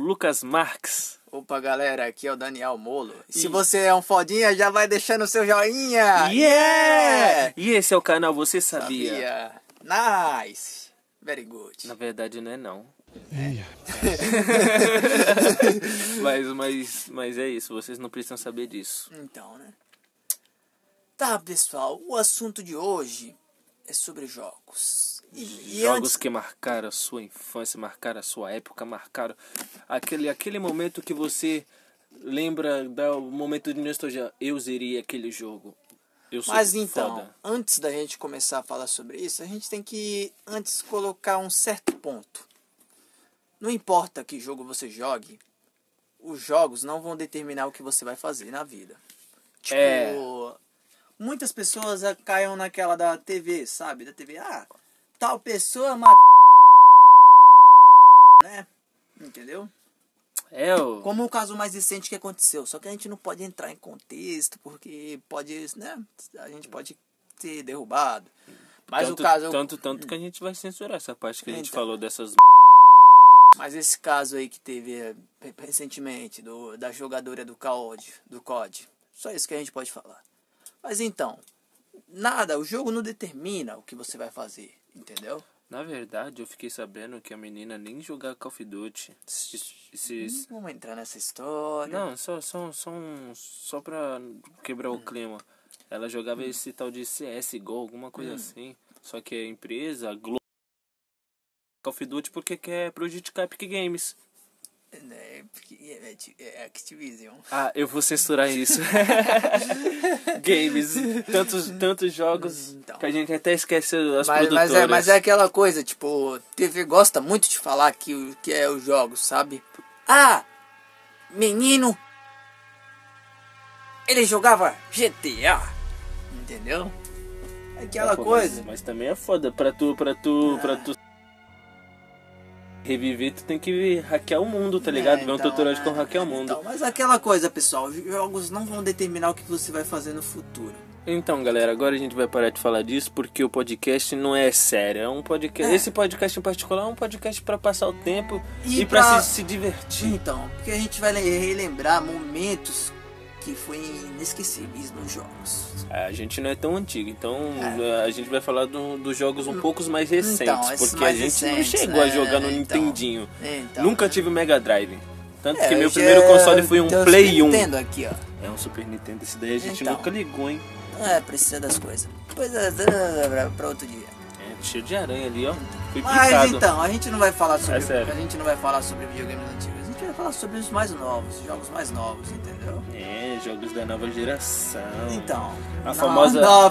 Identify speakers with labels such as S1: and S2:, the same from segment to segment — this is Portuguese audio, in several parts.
S1: Lucas Marx.
S2: Opa, galera, aqui é o Daniel Molo. E se você é um fodinha, já vai deixando o seu joinha.
S1: Yeah! E esse é o canal Você Sabia?
S2: Sabia. Nice. Very good.
S1: Na verdade, não é não. mas, mas, mas é isso, vocês não precisam saber disso.
S2: Então, né? Tá, pessoal, o assunto de hoje é sobre jogos. E, e
S1: Jogos
S2: antes-
S1: que marcaram a sua infância, marcaram a sua época, marcaram aquele, aquele momento que você lembra da- o momento de nostalgia. Eu zerei aquele jogo. Eu sou
S2: Mas então,
S1: foda.
S2: antes da gente começar a falar sobre isso, a gente tem que antes colocar um certo ponto. Não importa que jogo você jogue, os jogos não vão determinar o que você vai fazer na vida. Tipo,
S1: É.
S2: muitas pessoas ah, caem naquela da TV, sabe? Da TV, ah, tal pessoa matou, né? Entendeu?
S1: É o.
S2: Como o caso mais recente que aconteceu. Só que a gente não pode entrar em contexto, porque pode, né? A gente pode ser derrubado. Mas
S1: tanto,
S2: o caso. é um
S1: tanto, tanto que a gente vai censurar essa parte que a gente
S2: Então.
S1: falou dessas.
S2: Mas esse caso aí que teve eh, re- recentemente, do, da jogadora do COD, do COD. Só isso que a gente pode falar. Mas então, nada, o jogo não determina o que você vai fazer, entendeu?
S1: Na verdade, eu fiquei sabendo que a menina nem jogava Call of Duty. Se- se-
S2: Não vamos entrar nessa história.
S1: Não, só, só, só, um, só pra quebrar
S2: Hum.
S1: o clima. Ela jogava esse tal de CSGO, alguma coisa
S2: Hum.
S1: assim. Só que a empresa, Globo, Call of Duty, porque quer prejudicar a Epic Games.
S2: É, porque é, é Activision.
S1: Ah, eu vou censurar isso. Games, tantos, tantos jogos
S2: Então.
S1: que a gente até esquece as
S2: Mas,
S1: produtoras.
S2: mas é, mas é aquela coisa, tipo, TV gosta muito de falar que, o- que é os jogos, sabe? Ah, menino, ele jogava GTA, entendeu? É Aquela
S1: Pô, mas-
S2: coisa.
S1: Mas, também é foda pra tu, pra tu, pra tu reviver, tu tem que hackear o mundo, tá ligado?
S2: É,
S1: Ver um
S2: então,
S1: tutorial de como
S2: é,
S1: hackear o mundo.
S2: então, mas aquela coisa, pessoal, os jogos não vão determinar o que você vai fazer no futuro.
S1: Então, galera, agora a gente vai parar de falar disso porque o podcast não é sério. É um podcast.
S2: É.
S1: Esse podcast em particular é um podcast pra passar o tempo e,
S2: E
S1: pra,
S2: pra-
S1: se, se divertir.
S2: Então, porque a gente vai le- relembrar momentos que foi inesquecíveis nos jogos.
S1: A gente não é tão antigo, então a gente vai falar do- dos jogos um pouco mais recentes,
S2: É. Então, esses
S1: porque
S2: mais
S1: a gente
S2: recentes,
S1: não chegou a
S2: é,
S1: jogar no
S2: então.
S1: Nintendinho.
S2: Então.
S1: Nunca tive Mega Drive. Tanto
S2: É,
S1: que meu
S2: já-
S1: primeiro console foi um
S2: tem os
S1: Play 1.
S2: Nintendo aqui, ó.
S1: É um Super Nintendo, esse daí a gente
S2: Então.
S1: nunca ligou, hein?
S2: É, precisa das coisas. Coisas ah, pra- pra outro dia.
S1: É cheio de aranha ali, ó. Fui
S2: Mas
S1: picado.
S2: então, a gente não vai falar sobre.
S1: É sério.
S2: a gente não vai falar sobre videogames antigos, a gente vai falar sobre os mais novos, os jogos mais novos, entendeu?
S1: É, jogos da nova geração.
S2: Então.
S1: A
S2: não-
S1: famosa-
S2: Não, a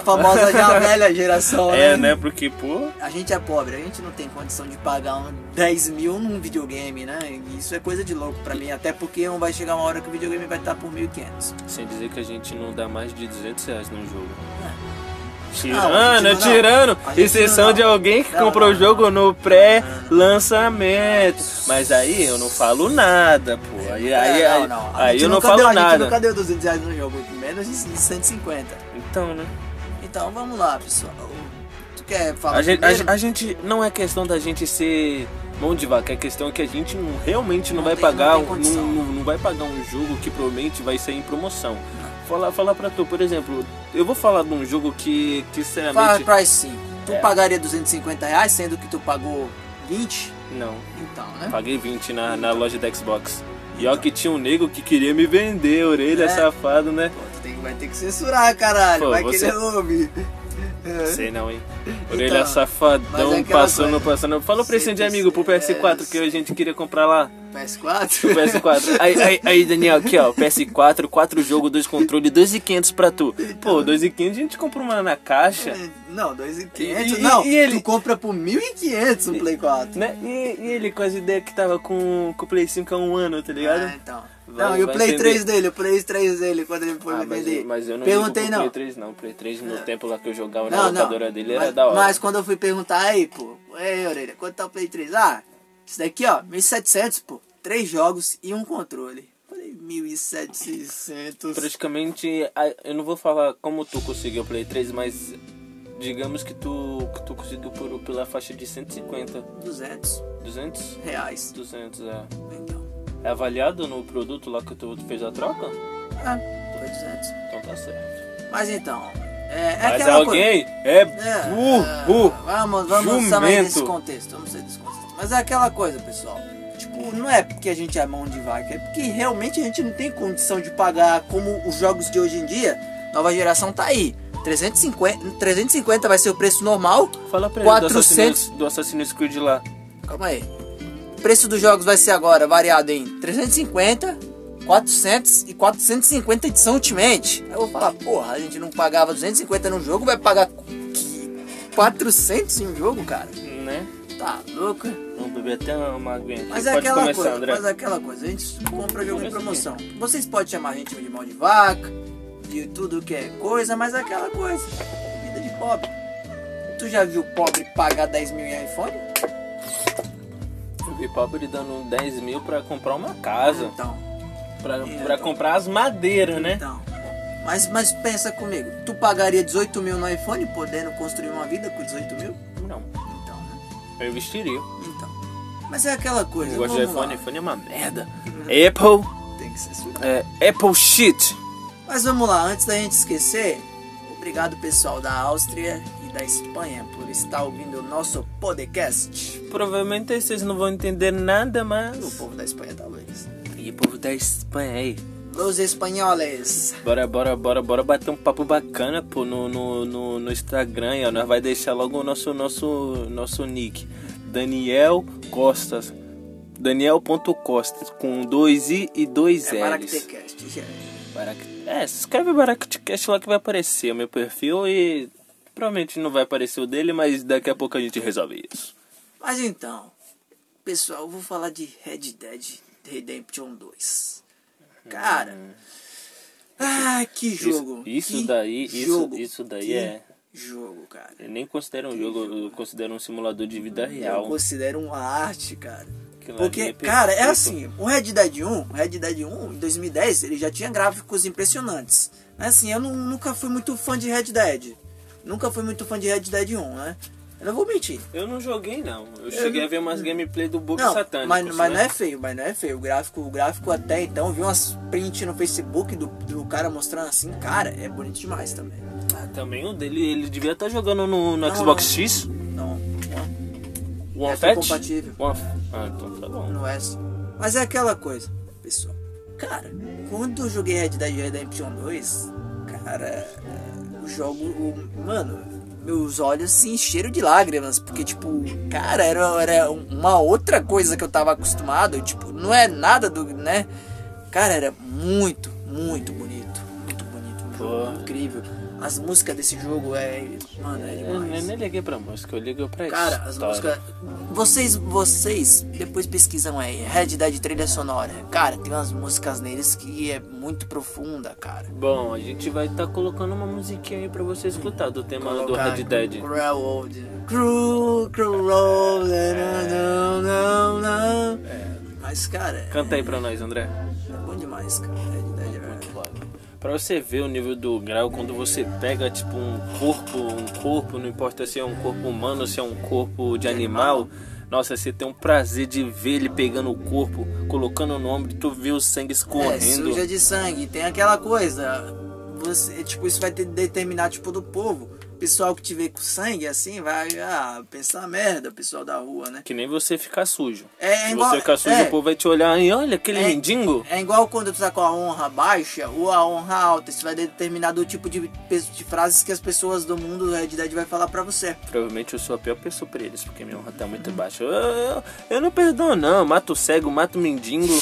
S2: famosa já velha geração,
S1: É, né? Porque, pô,
S2: A gente é pobre, a gente não tem condição de pagar um 10 mil num videogame, né? E Isso é coisa de louco pra mim, até porque não vai chegar uma hora que o videogame vai estar por 1.500.
S1: sem dizer que a gente não dá mais de 200 reais num jogo.
S2: Ah, a
S1: Tirando,
S2: gente É. não dá.
S1: tirando,
S2: A gente
S1: exceção
S2: não dá.
S1: de alguém que
S2: Não,
S1: comprou o
S2: não,
S1: jogo no pré-lançamento. Mas aí eu não falo nada, pô. Aí, aí,
S2: É,
S1: aí,
S2: A
S1: aí
S2: gente
S1: eu não
S2: nunca
S1: falo
S2: deu, A gente
S1: nada.
S2: nunca deu 200 reais no jogo, menos de 150.
S1: Então, né?
S2: Então vamos lá, pessoal. Tu quer falar
S1: A gente, a
S2: primeiro?
S1: gen- a gente- não é questão da gente ser mão de vaca, é questão que a gente não- realmente não,
S2: Não
S1: vai
S2: tem-
S1: pagar, um-
S2: não tem
S1: não,
S2: condição.
S1: não- não vai pagar um jogo que provavelmente vai sair em promoção. Falar, falar pra tu, por exemplo, eu vou falar de um jogo que, que
S2: Far
S1: sinceramente,
S2: Cry 5. Tu
S1: É.
S2: pagaria 250 reais, sendo que tu pagou 20?
S1: não.
S2: Então, né?
S1: Paguei 20 na, na loja da Xbox. E ó que tinha um nego que queria me vender, orelha
S2: É.
S1: safado, né?
S2: Pô, tu tem, vai ter que censurar, caralho.
S1: Pô,
S2: vai
S1: você-
S2: que ele é ouve.
S1: Sei não, hein? Orelha
S2: É. Então, mas
S1: safadão,
S2: é aquela
S1: passando,
S2: coisa.
S1: passando. Falou pra esse de
S2: Sempre
S1: amigo pro PS4
S2: é,
S1: que a gente queria comprar lá. é
S2: PS4?
S1: PS4. Aí, aí, aí, Daniel, aqui ó, PS4, 4 jogos, 2 controles, 2,500 pra tu. Pô, 2,500 a gente compra uma na caixa,
S2: Não,
S1: E-
S2: 2.500.
S1: e-
S2: Não,
S1: e ele-
S2: tu compra por 1.500 um Play 4.
S1: né? E, e ele com as ideias que tava com, com o Play 5 há um ano, tá ligado?
S2: Ah, então.
S1: Vai-
S2: não, e o
S1: vai
S2: Play
S1: entender.
S2: 3 dele, o Play 3 dele, quando ele foi
S1: Ah,
S2: me
S1: mas,
S2: vender.
S1: eu- mas eu não
S2: Perguntei
S1: ligo pro
S2: não.
S1: Play 3 não. Play 3 no tempo lá que eu jogava na locadora dele era
S2: mas,
S1: da hora.
S2: Mas quando eu fui perguntar aí, pô, ei, orelha, quanto tá o Play 3? Ah, isso daqui, ó, 1700, pô, três jogos e um controle. Falei, 1700.
S1: Praticamente, a- eu não vou falar como tu conseguiu o Play 3, mas digamos que tu, que tu conseguiu por, pela faixa de 150,
S2: 200
S1: 200?
S2: reais.
S1: 200, é.
S2: Então,
S1: É avaliado no produto lá que tu tu fez a troca?
S2: É, foi 200.
S1: Então tá certo.
S2: Mas então, é, é
S1: Mas
S2: aquela coisa-
S1: alguém é uh,
S2: É,
S1: burro.
S2: vamos, vamos sair desse
S1: jumento.
S2: contexto, vamos sair desse contexto. Mas é aquela coisa, pessoal. Tipo, não é porque a gente é mão de vaca, é porque realmente a gente não tem condição de pagar como os jogos de hoje em dia. Nova geração tá aí. 350, 350 vai ser o preço normal.
S1: Fala pra ele do
S2: 400.
S1: Assassin's, do Assassin's Creed lá.
S2: Calma aí. O preço dos jogos vai ser agora variado em 350, 400 e 450 edição Ultimate. Aí eu vou falar, porra, a gente não pagava 250 num jogo, vai pagar que- 400 em um jogo, cara?
S1: Né?
S2: Tá louco?
S1: Vamos beber até uma aguinha. aqui.
S2: Mas é
S1: Pode
S2: aquela
S1: começar,
S2: coisa,
S1: André.
S2: mas é aquela coisa, a gente compra jogo
S1: Começa
S2: em promoção. Vocês podem chamar a gente de mão de vaca, de tudo que é coisa, mas é aquela coisa, vida de pobre. Tu já viu pobre pagar 10 mil em iPhone?
S1: Eu vi pobre dando 10 mil pra comprar uma casa.
S2: Então,
S1: Pra,
S2: Então.
S1: pra comprar as madeiras, né?
S2: então. Mas, mas pensa comigo, tu pagaria 18 mil no iPhone podendo construir uma vida com 18 mil?
S1: Não.
S2: Então, né?
S1: Eu investiria.
S2: Então. Mas é aquela coisa,
S1: Eu gosto de
S2: vamos lá.
S1: iPhone. iPhone é uma merda. Apple.
S2: Tem que ser
S1: É, Apple shit.
S2: Mas vamos lá, antes da gente esquecer, obrigado pessoal da Áustria e da Espanha por estar ouvindo o nosso podcast.
S1: Provavelmente vocês não vão entender nada,
S2: O
S1: mas.
S2: povo da Espanha talvez.
S1: E o povo da Espanha aí.
S2: Los espanhóis.
S1: Bora, bora, bora, bora bater um papo bacana, pô, no, no, no, no Instagram. aí, ó. Nós vai deixar logo o nosso, nosso, nosso nick. Daniel Costas. Daniel.costas, com dois I e dois
S2: É para que
S1: L's.
S2: ter cast, gente.
S1: Baract- É, se escreve Baractcast lá que vai aparecer o meu perfil e provavelmente não vai aparecer o dele, mas daqui a pouco a gente resolve isso.
S2: Mas então, pessoal, eu vou falar de Red Dead Redemption 2. Cara, ah, que jogo.
S1: isso
S2: que
S1: daí- isso-
S2: jogo,
S1: isso daí
S2: que
S1: é-
S2: jogo, cara.
S1: Eu nem considero um jogo, eu considero um simulador de vida
S2: Eu
S1: real.
S2: considero uma arte, cara.
S1: Aquilo ali
S2: Porque,
S1: é
S2: cara, é
S1: perfeito.
S2: assim, o Red Dead 1, o Red Dead 1, em 2010, ele já tinha gráficos impressionantes. Mas assim, eu nu- nunca fui muito fã de Red Dead. Nunca fui muito fã de Red Dead 1, né? Eu não vou mentir.
S1: Eu não joguei não, eu cheguei a ver umas gameplay do Bobo
S2: Não,
S1: Satânico.
S2: mas, mas não é feio, mas não é feio. O gráfico, o gráfico até então, eu vi umas print no Facebook do, do cara mostrando assim, cara, é bonito demais também.
S1: Ah, Também o dele, ele devia estar jogando no, no
S2: Não,
S1: Xbox
S2: não.
S1: X,
S2: Não, não,
S1: One
S2: É
S1: Fat.
S2: compatível.
S1: One... Ah, então tá bom.
S2: não é assim. Mas é aquela coisa, pessoal. Cara, quando eu joguei Red Dead Redemption 2, cara, é, o jogo, o- mano, meus olhos se encheram de lágrimas, porque, tipo, cara, era, era uma outra coisa que eu tava acostumado, tipo, não é nada do, né? Cara, era muito, muito bonito, muito bonito, um jogo
S1: Pô.
S2: incrível. As músicas desse jogo é, mano, é
S1: Eu,
S2: demais.
S1: eu nem liguei pra música, eu ligo pra Tá.
S2: Cara, as
S1: história.
S2: músicas. Vocês, vocês, depois pesquisam aí. Red Dead trilha sonora. Cara, tem umas músicas neles que é muito profunda, cara.
S1: Bom, a gente vai estar colocando uma musiquinha aí pra você escutar do tema do
S2: Colocar
S1: Red Dead.
S2: Cruel Old. Cruel, cruel Old. né,
S1: É.
S2: Não, não, não, não. né, Mas, cara, é
S1: Canta aí pra nós, André.
S2: bom demais, cara. Red Dead é.
S1: Pra você ver o nível do grau quando você pega tipo um corpo, um corpo, não importa se é um corpo humano, se é um corpo de animal. Nossa, você tem um prazer de ver ele pegando o corpo, colocando o nome, tu vê o sangue
S2: É,
S1: escorrendo.
S2: suja de sangue. Tem aquela coisa. Você, tipo, isso vai ter determinar tipo do povo. O pessoal que te vê com sangue assim vai ah, pensar merda, o pessoal da rua, né?
S1: Que nem você ficar sujo.
S2: É,
S1: Se
S2: igual-
S1: você ficar sujo,
S2: é.
S1: o povo vai te olhar e olha aquele
S2: É.
S1: mendigo.
S2: É igual quando tu tá com a honra baixa ou a honra alta. Isso vai determinar do tipo de, pe- de frases que as pessoas do mundo da idade vai falar pra você.
S1: Provavelmente eu sou a pior pessoa pra eles, porque minha honra tá muito baixa. Eu, eu, eu não perdoo, não. Mato cego, mato mendigo.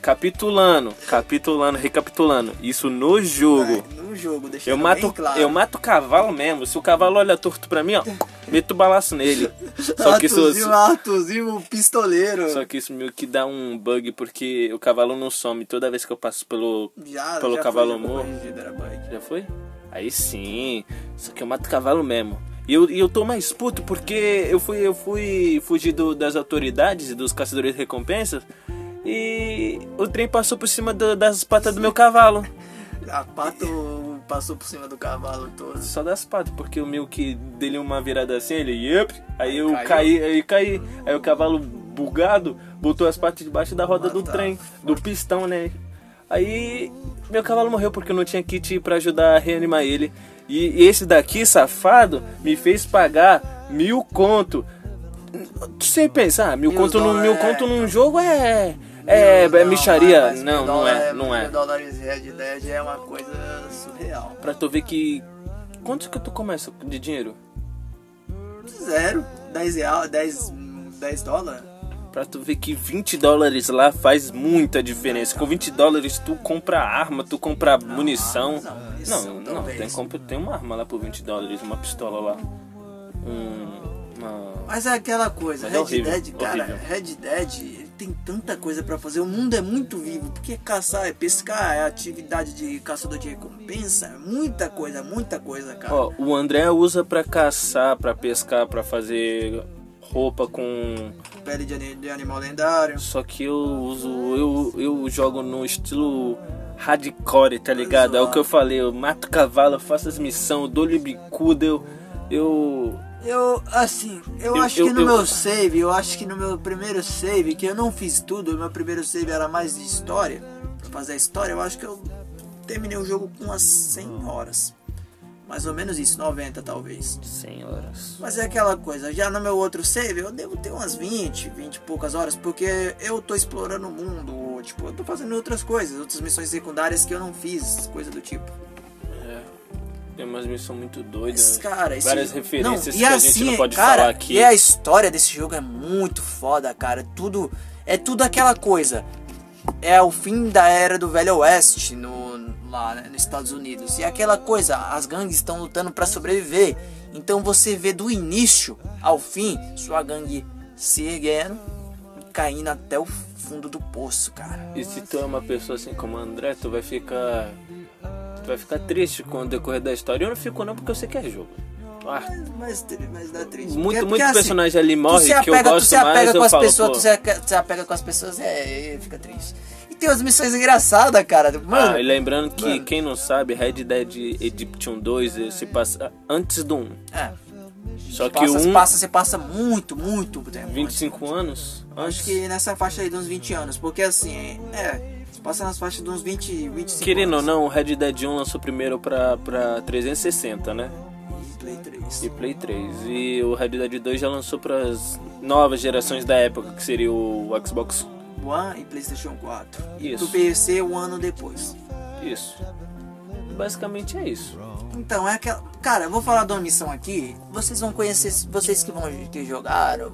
S1: Capitulando, capitulando, recapitulando. Isso no jogo.
S2: Vai, No jogo, deixa
S1: Eu mato,
S2: bem claro.
S1: eu mato o cavalo mesmo. Se o cavalo olha torto pra mim, ó, meto balaço nele. Só que isso,
S2: Arthurzinho, Arthurzinho, pistoleiro.
S1: só que isso meio que dá um bug, porque o cavalo não some toda vez que eu passo pelo.
S2: Já,
S1: pelo
S2: já
S1: cavalo
S2: foi, já foi
S1: morto.
S2: corrigido, era bug.
S1: Já foi? Aí sim. Só que eu mato o cavalo um mesmo. E eu, e eu tô mais puto porque eu fui, eu fui fugir do- das autoridades, e dos caçadores de recompensas, e o trem passou por cima do- das patas do meu cavalo.
S2: A Ah, pato passou por cima do cavalo todo.
S1: Só das patas, porque o meu que dele uma virada assim, ele. Yep, aí eu
S2: Caiu.
S1: caí, aí eu caí. Aí o cavalo bugado, botou as partes de baixo da roda do
S2: Matar.
S1: trem, do pistão, né? Aí meu cavalo morreu porque eu não tinha kit pra ajudar a reanimar ele. E esse daqui, safado, me fez pagar mil conto. Sem pensar, mil
S2: Mil
S1: conto, num,
S2: dólar,
S1: mil
S2: é.
S1: conto num jogo é. É, é micharia. Não, não é, não é.
S2: Mil dólares é de 10 já é uma coisa surreal.
S1: Pra tu ver que. Quanto que tu começa de dinheiro?
S2: Zero. 10 real, 10, 10 dólares.
S1: Pra tu ver que 20 dólares lá faz muita diferença. Com 20 dólares tu compra arma, tu compra munição.
S2: não, munição
S1: Não, não,
S2: talvez.
S1: tem, compra, tem uma arma lá por 20 dólares, uma pistola lá. Um, uma...
S2: Mas é aquela coisa,
S1: Mas é
S2: Red
S1: horrível,
S2: Dead, cara,
S1: horrível.
S2: Red Dead ele tem tanta coisa pra fazer, o mundo é muito vivo, porque é caçar, é pescar, é atividade de caçador de recompensa, é muita coisa, muita coisa, cara.
S1: Ó, o André usa pra caçar, pra pescar, pra fazer roupa com.
S2: Pele de, ani- de animal lendário.
S1: Só que eu uso. Eu, eu jogo no estilo hardcore, tá ligado? É o que eu falei, eu mato cavalo, eu faço as missões, eu dou-lhe bicuda, eu. Eu.
S2: Eu, assim, eu,
S1: Eu-
S2: acho
S1: eu-
S2: que no
S1: eu-
S2: meu save, eu acho que no meu primeiro save, que eu não fiz tudo, o meu primeiro save era mais de história, pra fazer a história, eu acho que eu terminei o jogo com umas 100 horas. Mais ou menos isso, 90 talvez.
S1: Senhoras.
S2: Mas é aquela coisa, já no meu outro save eu devo ter umas 20, 20 e poucas horas, porque eu tô explorando o mundo, tipo, eu tô fazendo outras coisas, outras missões secundárias que eu não fiz, coisa do tipo.
S1: Tem umas missões muito doidas.
S2: Mas, cara, esse...
S1: Né? Várias referências
S2: e
S1: que a gente
S2: assim,
S1: não pode
S2: cara,
S1: falar aqui.
S2: E a história desse jogo é muito foda, cara. Tudo. É tudo aquela coisa. É o fim da era do Velho Oeste no, lá né, nos Estados Unidos. E é aquela coisa, as gangues estão lutando pra sobreviver. Então você vê do início ao fim sua gangue se erguendo e caindo até o fundo do poço, cara.
S1: E se tu é uma pessoa assim como o André, tu vai ficar. Tu vai ficar triste com o decorrer da história. Eu não fico não porque eu sei que é jogo. Ah,
S2: Mas, mas dá triste. é
S1: muito, muito personagem ali morre
S2: assim, tu se
S1: que eu
S2: apega, tu
S1: gosto
S2: se apega
S1: mais,
S2: com
S1: eu
S2: as
S1: falo,
S2: pessoas,
S1: pô,
S2: tu se apega, tu se apega com as pessoas, é, é, fica triste. E tem umas missões engraçadas, cara. Mano,
S1: Ah, e lembrando que
S2: Mano.
S1: quem não sabe, Red Dead Redemption 2 ele se passa antes do 1.
S2: é,
S1: Só que um
S2: passa,
S1: o 1,
S2: passa, você passa muito, muito tempo. né?
S1: 25 anos.
S2: Acho que é nessa faixa aí de uns 20 anos, porque assim, é, você passa nas faixas de uns 20, 25
S1: Querendo ou
S2: anos.
S1: não, o Red Dead 1 lançou primeiro pra, pra 360, né?
S2: E Play 3.
S1: E Play 3. E o Red Dead 2 já lançou pras novas gerações da época, que seria o Xbox.
S2: One e Playstation 4. E
S1: Isso.
S2: do PC um ano depois.
S1: Isso. Basicamente é isso.
S2: Então, é aquela. Cara, eu vou falar de uma missão aqui. Vocês vão conhecer. Vocês que vão que jogaram.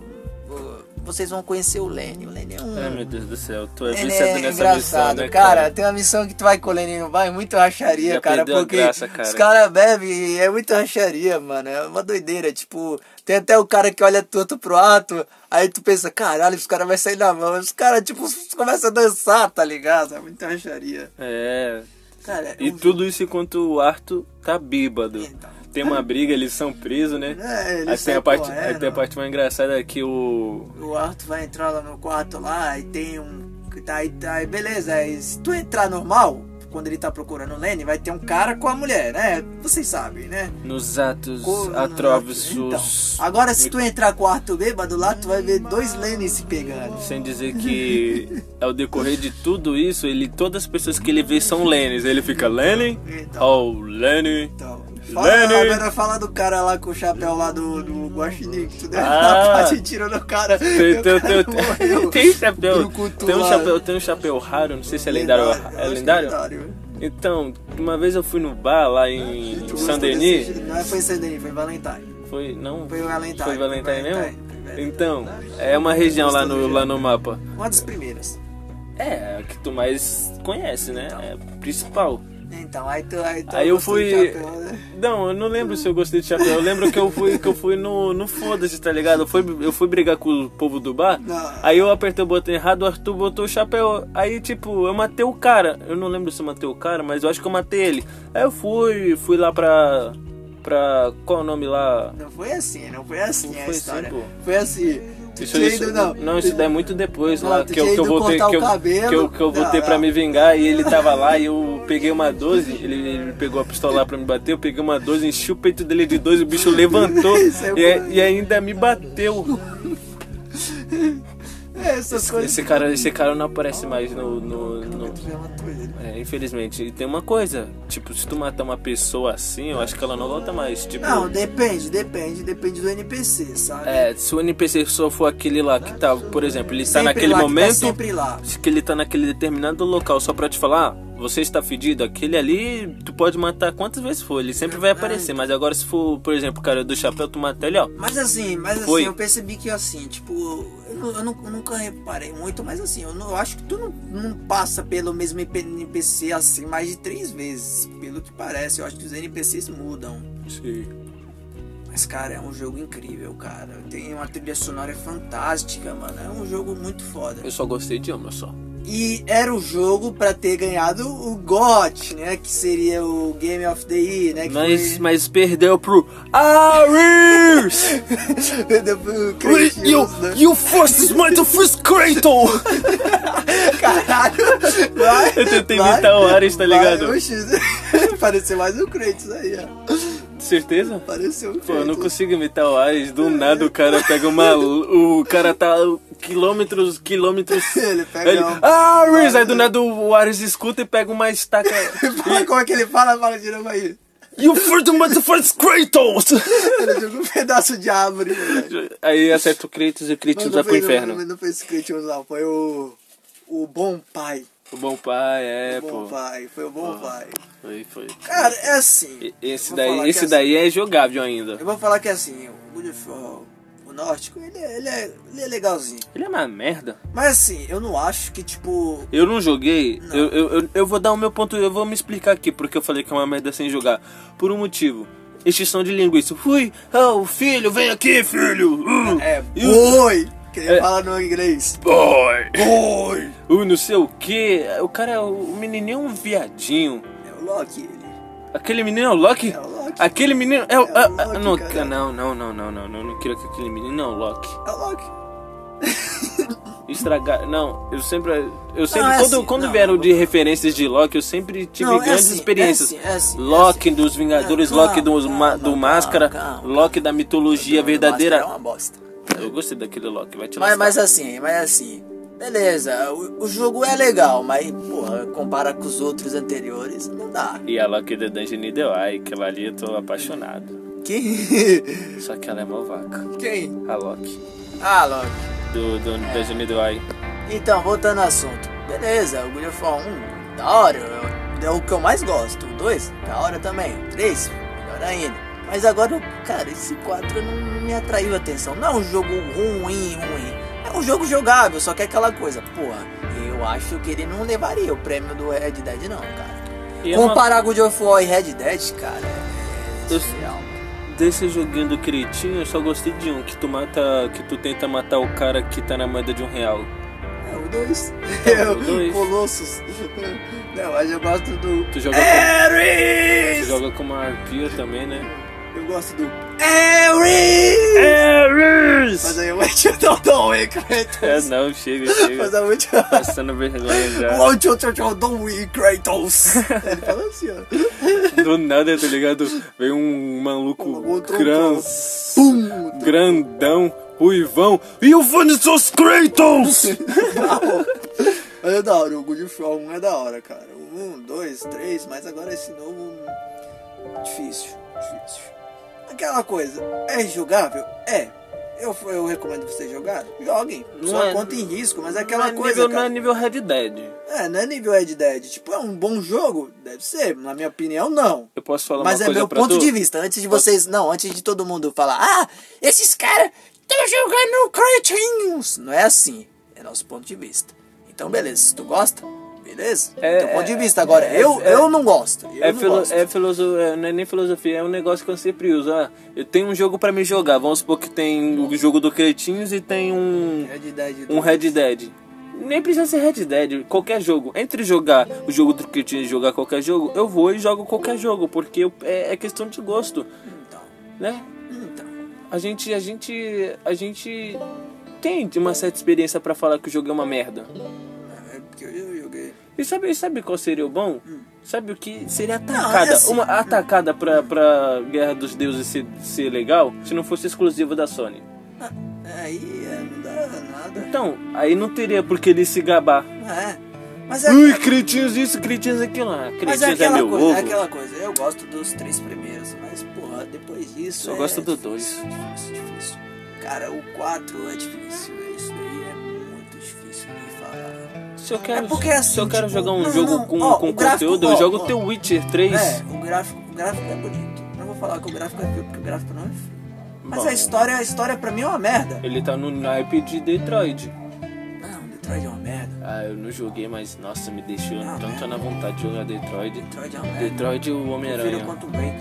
S2: vo- Vocês vão conhecer o Lenny. O Lenny é um.
S1: Ai meu Deus do céu, tu é
S2: Ele
S1: viciado
S2: é
S1: nessa missão,
S2: engraçado,
S1: né,
S2: cara, Tem uma missão que tu vai com o Lenny no bar, é muito racharia,
S1: Já
S2: cara.
S1: perdeu a
S2: Porque
S1: graça, cara.
S2: os caras bebem, é muito racharia, mano. É uma doideira. Tipo, tem até o cara que olha torto pro ato, aí tu pensa, caralho, os caras vão sair na mão. Os caras, tipo, começam a dançar, tá ligado? É muito racharia.
S1: É.
S2: Cara, é
S1: E
S2: um-
S1: tudo isso enquanto o Arthur tá bêbado.
S2: Então.
S1: Tem uma briga, eles são presos, né?
S2: É, eles
S1: aí, tem
S2: saem
S1: a parte,
S2: correndo.
S1: aí tem a parte mais engraçada que o.
S2: O Arthur vai entrar lá no quarto lá e tem um. Tá, aí, tá, aí beleza, aí se tu entrar normal, quando ele tá procurando o Lenny, vai ter um cara com a mulher, né? Vocês sabem, né?
S1: Nos atos
S2: Co- Então,
S1: atróvisos.
S2: agora se tu entrar com o Arthur bêbado lá, tu vai ver dois Lenny se pegando.
S1: Sem dizer que ao decorrer de tudo isso, ele todas as pessoas que ele vê são Lennys. Ele fica Lenny,
S2: Então.
S1: oh Lenny.
S2: Então, fala,
S1: Lenny!
S2: agora fala do cara lá com o chapéu lá do, do Guaxinim, que tu deu
S1: Ah!
S2: uma parte de tiro no cara. e
S1: Tem,
S2: o
S1: tem,
S2: cara
S1: tem,
S2: morreu.
S1: tem, tem chapéu.
S2: Brucutu
S1: Tem um
S2: lá.
S1: chapéu, tem um chapéu raro, não sei se é lendário. ou ra-
S2: eu
S1: É
S2: acho
S1: lendário?
S2: que é lendário.
S1: Então, uma vez eu fui no bar lá em
S2: Ah, Tu
S1: Saint
S2: gostou desse
S1: Denis.
S2: jeito? Tá, então Não é, foi Saint Denis, foi Valentine.
S1: Foi, não?
S2: Foi o Valentine.
S1: Foi Valentine mesmo?
S2: Valentine, foi
S1: Então, é uma região lá no,
S2: tá, Gostou
S1: lá no mapa.
S2: Uma das primeiras.
S1: É, a que tu mais conhece, né? É a principal.
S2: Então, aí tu, aí tu
S1: Aí eu
S2: gostou do
S1: fui.
S2: chapéu, né?
S1: Não, eu não lembro se eu gostei de chapéu. Eu lembro que eu fui, que eu fui no, no foda-se, tá ligado? Eu fui, eu fui brigar com o povo do bar.
S2: Não.
S1: Aí eu apertei o botão errado, o Arthur botou o chapéu. Aí, tipo, eu matei o cara. Eu não lembro se eu matei o cara, mas eu acho que eu matei ele. Aí eu fui, fui lá pra. pra. Qual é o nome lá?
S2: Não foi assim, não foi assim
S1: Não
S2: a
S1: foi assim,
S2: história.
S1: pô.
S2: foi assim. Tu tinha ido, não.
S1: não, isso daí é muito depois
S2: Não,
S1: lá,
S2: tu
S1: que eu,
S2: tinha
S1: que eu
S2: ido
S1: voltei,
S2: cortar
S1: que
S2: o
S1: eu, que eu,
S2: cabelo.
S1: que eu voltei
S2: Não,
S1: pra
S2: não.
S1: me vingar e ele tava lá e eu peguei uma 12, ele, ele pegou a pistola lá pra me bater, eu peguei uma 12, enchi o peito dele de 12, o bicho levantou
S2: Isso é
S1: e,
S2: bom.
S1: e ainda me bateu.
S3: É, essas
S1: Esse,
S3: coisas.
S1: esse cara, esse cara não aparece mais no. no, no-
S3: Tu vê uma coisa.
S1: é, infelizmente. E tem uma coisa, tipo, se tu matar uma pessoa assim, eu acho que ela não volta mais. Tipo,
S2: Não, depende, depende, depende do NPC, sabe?
S1: é, se o NPC só for aquele lá que tá, por exemplo, ele tá
S2: Sempre
S1: naquele
S2: lá, que tá
S1: momento.
S2: sempre lá.
S1: que ele tá naquele determinado local só pra te falar, "Ah, você está fedido, aquele ali, tu pode matar quantas vezes for, ele sempre vai aparecer. Mas agora se for, por exemplo, o cara do chapéu, tu mata ele, ó.
S2: Mas assim, mas assim,
S1: Foi.
S2: eu percebi que assim, tipo, eu, nu- eu nu- eu nunca reparei muito, mas assim, eu, não, eu acho que tu não, não passa pelo mesmo IP NPC assim mais de três vezes, pelo que parece. Eu acho que os NPCs mudam. Mas, cara, é um jogo incrível, cara. Tem uma trilha sonora fantástica, mano. É um jogo muito foda.
S1: Eu só gostei de uma só.
S2: E era o jogo pra ter ganhado o GOT, né? Que seria o Game of the Year, né? Que
S1: Mas,
S2: foi...
S1: mas perdeu pro Ares!
S2: Depois o Crash
S1: you,
S2: News, né?
S1: you forces my to first Kraton!
S2: né? Caralho! Vai,
S1: Eu tentei
S2: vai,
S1: imitar o Ares, tá
S2: vai,
S1: ligado?
S2: oxe. Pareceu mais um Kratos aí, ó.
S1: Certeza?
S2: Pareceu um
S1: Pô, eu não
S2: Kratos.
S1: consigo imitar o Ares, do nada o cara pega uma. O cara tá quilômetros, quilômetros.
S2: Ele pega
S1: Ele,
S2: um-
S1: Ares! Aí do nada o Ares escuta e pega uma estaca.
S2: Fala como é que ele fala? Fala de novo aí.
S1: You for the motherfuckers Kratos!
S2: Ele joga um pedaço de árvore, né? velho.
S1: Aí acerta o Kratos e o Kratos
S2: Não,
S1: vai
S2: não
S1: pro
S2: foi-
S1: inferno.
S2: Não, não foi esse Kratos, não. Foi o... O Bom Pai.
S1: O bom pai, é,
S2: o Bom
S1: pô.
S2: Pai. Foi o Bom Pai.
S1: Foi, foi.
S2: Cara, é assim.
S1: E-
S2: eu
S1: Esse
S2: vou falar
S1: daí,
S2: que
S1: esse
S2: é
S1: daí é jogável ainda.
S2: Eu vou falar que é assim, o God of War, o Nórdico, ele é, ele, é, ele é legalzinho.
S1: Ele é uma merda.
S2: Mas assim, eu não acho que, tipo.
S1: Eu não joguei.
S2: Não.
S1: Eu, eu, eu, eu vou dar o meu ponto. Eu vou me explicar aqui porque eu falei que é uma merda sem jogar. Por um motivo. Extinção de linguiça. Fui! Oh, filho, vem aqui, filho! Uh,
S2: É.
S1: e o-
S2: Oi! Que ele
S1: É.
S2: fala no inglês.
S1: Boy!
S2: Oi!
S1: O não sei o que. O cara é o menininho é um viadinho.
S2: É o Loki, ele.
S1: Aquele menino é o Loki?
S2: É o Loki.
S1: Aquele menino é o.
S2: É o
S1: ah, ah, não,
S2: Loki, cara.
S1: não, não, não, não, não, não, não quero que aquele menino é o Loki.
S2: É o Loki.
S1: Estragar. Não, eu sempre. Eu sempre.
S2: é
S1: quando
S2: assim,
S1: quando
S2: não,
S1: vieram
S2: não.
S1: de referências de Loki, eu sempre tive
S2: Não, é
S1: grandes
S2: assim,
S1: experiências.
S2: é assim, é assim, é
S1: Loki
S2: assim.
S1: dos Vingadores,
S2: Não, calma,
S1: Loki dos
S2: calma,
S1: ma- do
S2: calma,
S1: Máscara,
S2: calma.
S1: Loki da mitologia
S2: É
S1: verdadeira.
S2: uma bosta.
S1: Eu gostei daquele Loki, vai te
S2: Mas,
S1: lascar.
S2: mas assim, mas assim. Beleza, o, o jogo é legal, mas, porra, compara com os outros anteriores, não dá.
S1: E a Loki da Dungeon in the Eye, aquela ali eu tô apaixonado.
S2: Quem?
S1: Só que ela é mó vaca.
S2: Quem?
S1: A Loki.
S2: Ah, Loki.
S1: Do, do
S2: É.
S1: Dungeon in the Eye.
S2: Então, voltando ao assunto. Beleza, o God of War 1, da hora, eu- é o que eu mais gosto. O 2, da hora também. O 3, melhor ainda. Mas agora, cara, esse 4 não me atraiu a atenção. Não é um jogo ruim, ruim. É um jogo jogável, só que é aquela coisa. Porra, eu acho que ele não levaria o prêmio do Red Dead, não, cara.
S1: E é uma-
S2: Comparar com o God of War e Red Dead, cara, é
S1: Eu-
S2: surreal.
S1: Desse joguinho do Cretinho, eu só gostei de um, que tu mata. que tu tenta matar o cara que tá na moeda de um real.
S2: É o 2.
S1: É o dois.
S2: Colossus. Não, mas eu gosto do.
S1: Tu joga com.
S2: Ares!
S1: Joga com uma arpia também, né?
S2: Eu gosto do Harry! Mas
S1: Ares!
S2: aí eu vou te dar o Wake,
S1: É,
S2: Kratos.
S1: não, chega,
S2: Então, Mas é.
S1: chega.
S2: eu vou te dar
S1: Passando vergonha já.
S2: o tio tio tio Don Wake, Kratos. Ele fala assim, ó.
S1: Do nada, tá ligado? Veio um
S2: Colocou
S1: maluco
S2: o
S1: gran...
S2: tronco. assim, Pum!
S1: grandão, ruivão. E o Vani seus Kratos!
S2: Mas é da hora, o God of War 1 é da hora, cara. O 1, 2, 3, mas agora esse novo... hum, Difícil, difícil. Aquela coisa, é jogável? É. Eu, eu recomendo vocês jogarem? Joguem.
S1: Não
S2: Só
S1: é-
S2: conta em risco, mas é
S1: Não
S2: aquela
S1: é
S2: coisa,
S1: nível,
S2: cara.
S1: não é nível Red Dead.
S2: É, não é nível Red Dead. Tipo, é um bom jogo? Deve ser, na minha opinião, não.
S1: Eu posso falar
S2: Mas
S1: uma
S2: é
S1: coisa
S2: meu
S1: pra
S2: ponto
S1: tu?
S2: de vista. Antes de vocês. Não, antes de todo mundo falar, ah, esses caras estão jogando Kratinhos. Não é assim. É nosso ponto de vista. Então, beleza, se tu gosta, beleza.
S1: É,
S2: Teu ponto de
S1: é,
S2: vista. Agora,
S1: é,
S2: eu,
S1: é.
S2: eu não gosto. Eu
S1: É,
S2: não
S1: filo-
S2: gosto.
S1: é filoso- é, não é nem filosofia, é um negócio que eu sempre uso. Ah, eu tenho um jogo pra me jogar. Vamos supor que tem o jogo do Cretinhos e tem um.
S2: Red Dead.
S1: um Red Dead. Nem precisa ser Red Dead, qualquer jogo. Entre jogar o jogo do Cretinho e jogar qualquer jogo, eu vou e jogo qualquer jogo, porque eu- é, é questão de gosto,
S2: Então,
S1: né?
S2: então.
S1: A gente, a gente, a gente tem de uma certa experiência pra falar que o jogo é uma merda.
S2: É porque eu joguei.
S1: E sabe, e sabe qual seria o bom? Sabe o que seria
S2: Hum. é
S1: atacada?
S2: assim.
S1: Uma atacada pra, pra Guerra dos Deuses ser, ser legal se não fosse exclusivo da Sony.
S2: Ah, Aí é, não dá nada.
S1: Então, aí não teria porque ele se gabar.
S2: É. Mas é,
S1: Ui, cretinos isso, cretinos aquilo. Ah,
S2: mas é
S1: cretinos é,
S2: aquela
S1: meu
S2: coisa,
S1: ovo.
S2: é aquela coisa. Eu gosto dos três primeiros, mas porra, depois disso.
S1: Só
S2: é
S1: gosto do
S2: difícil, Difícil, difícil. Cara, o 4 é difícil. Isso daí é muito difícil de falar.
S1: Se eu quero,
S2: É porque é
S1: se eu
S2: assim,
S1: quero
S2: tipo,
S1: jogar um
S2: não,
S1: jogo
S2: não,
S1: com,
S2: ó,
S1: com
S2: o gráfico,
S1: conteúdo,
S2: ó,
S1: eu jogo
S2: ó.
S1: The Witcher 3.
S2: É, o gráfico, o gráfico é bonito. Não vou falar que o gráfico é feio, porque o gráfico não é feio. Mas
S1: Bom.
S2: a história, a história pra mim é uma merda.
S1: Ele tá no naipe de Detroit.
S2: Não, Detroit é uma merda.
S1: Ah, eu não joguei, mas nossa, me deixou
S2: Ah,
S1: tanto
S2: né?
S1: na vontade de jogar Detroit.
S2: Detroit é uma merda.
S1: Detroit um e o
S2: Prefiro
S1: Homem-Aranha.
S2: quanto break.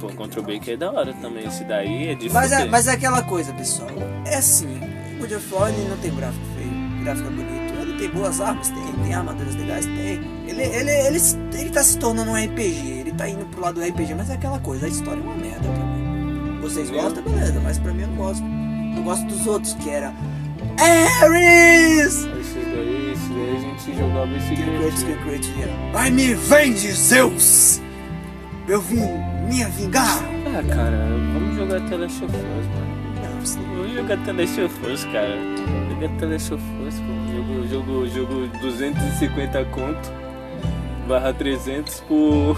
S1: Pô, contra o Baker é da hora também. Esse daí é difícil.
S2: Mas é, mas é aquela coisa, pessoal. É assim, o God of War ele não tem gráfico feio, o gráfico é bonito. Ele tem boas armas, tem, tem armaduras legais, tem. Ele, ele, ele, se- ele tá se tornando um RPG, ele tá indo pro lado do RPG, mas é aquela coisa, a história é uma merda pra mim. Vocês
S1: Mesmo?
S2: gostam, beleza, mas pra mim eu não gosto. Eu gosto dos outros, que era. Ares!
S1: Esse daí, esse daí a gente jogava esse
S2: Que o Kratos, que
S1: game.
S2: o Kratos ia, Vai me vende, Zeus! Eu vim me vingar!
S1: Ah, cara, vamos jogar Tela Us, mano.
S2: Não, isso não-
S1: Vamos jogar Tela Us, cara. Jogar Tela Us, pô. Jogo, jogo, jogo 250 conto. Barra 300 por.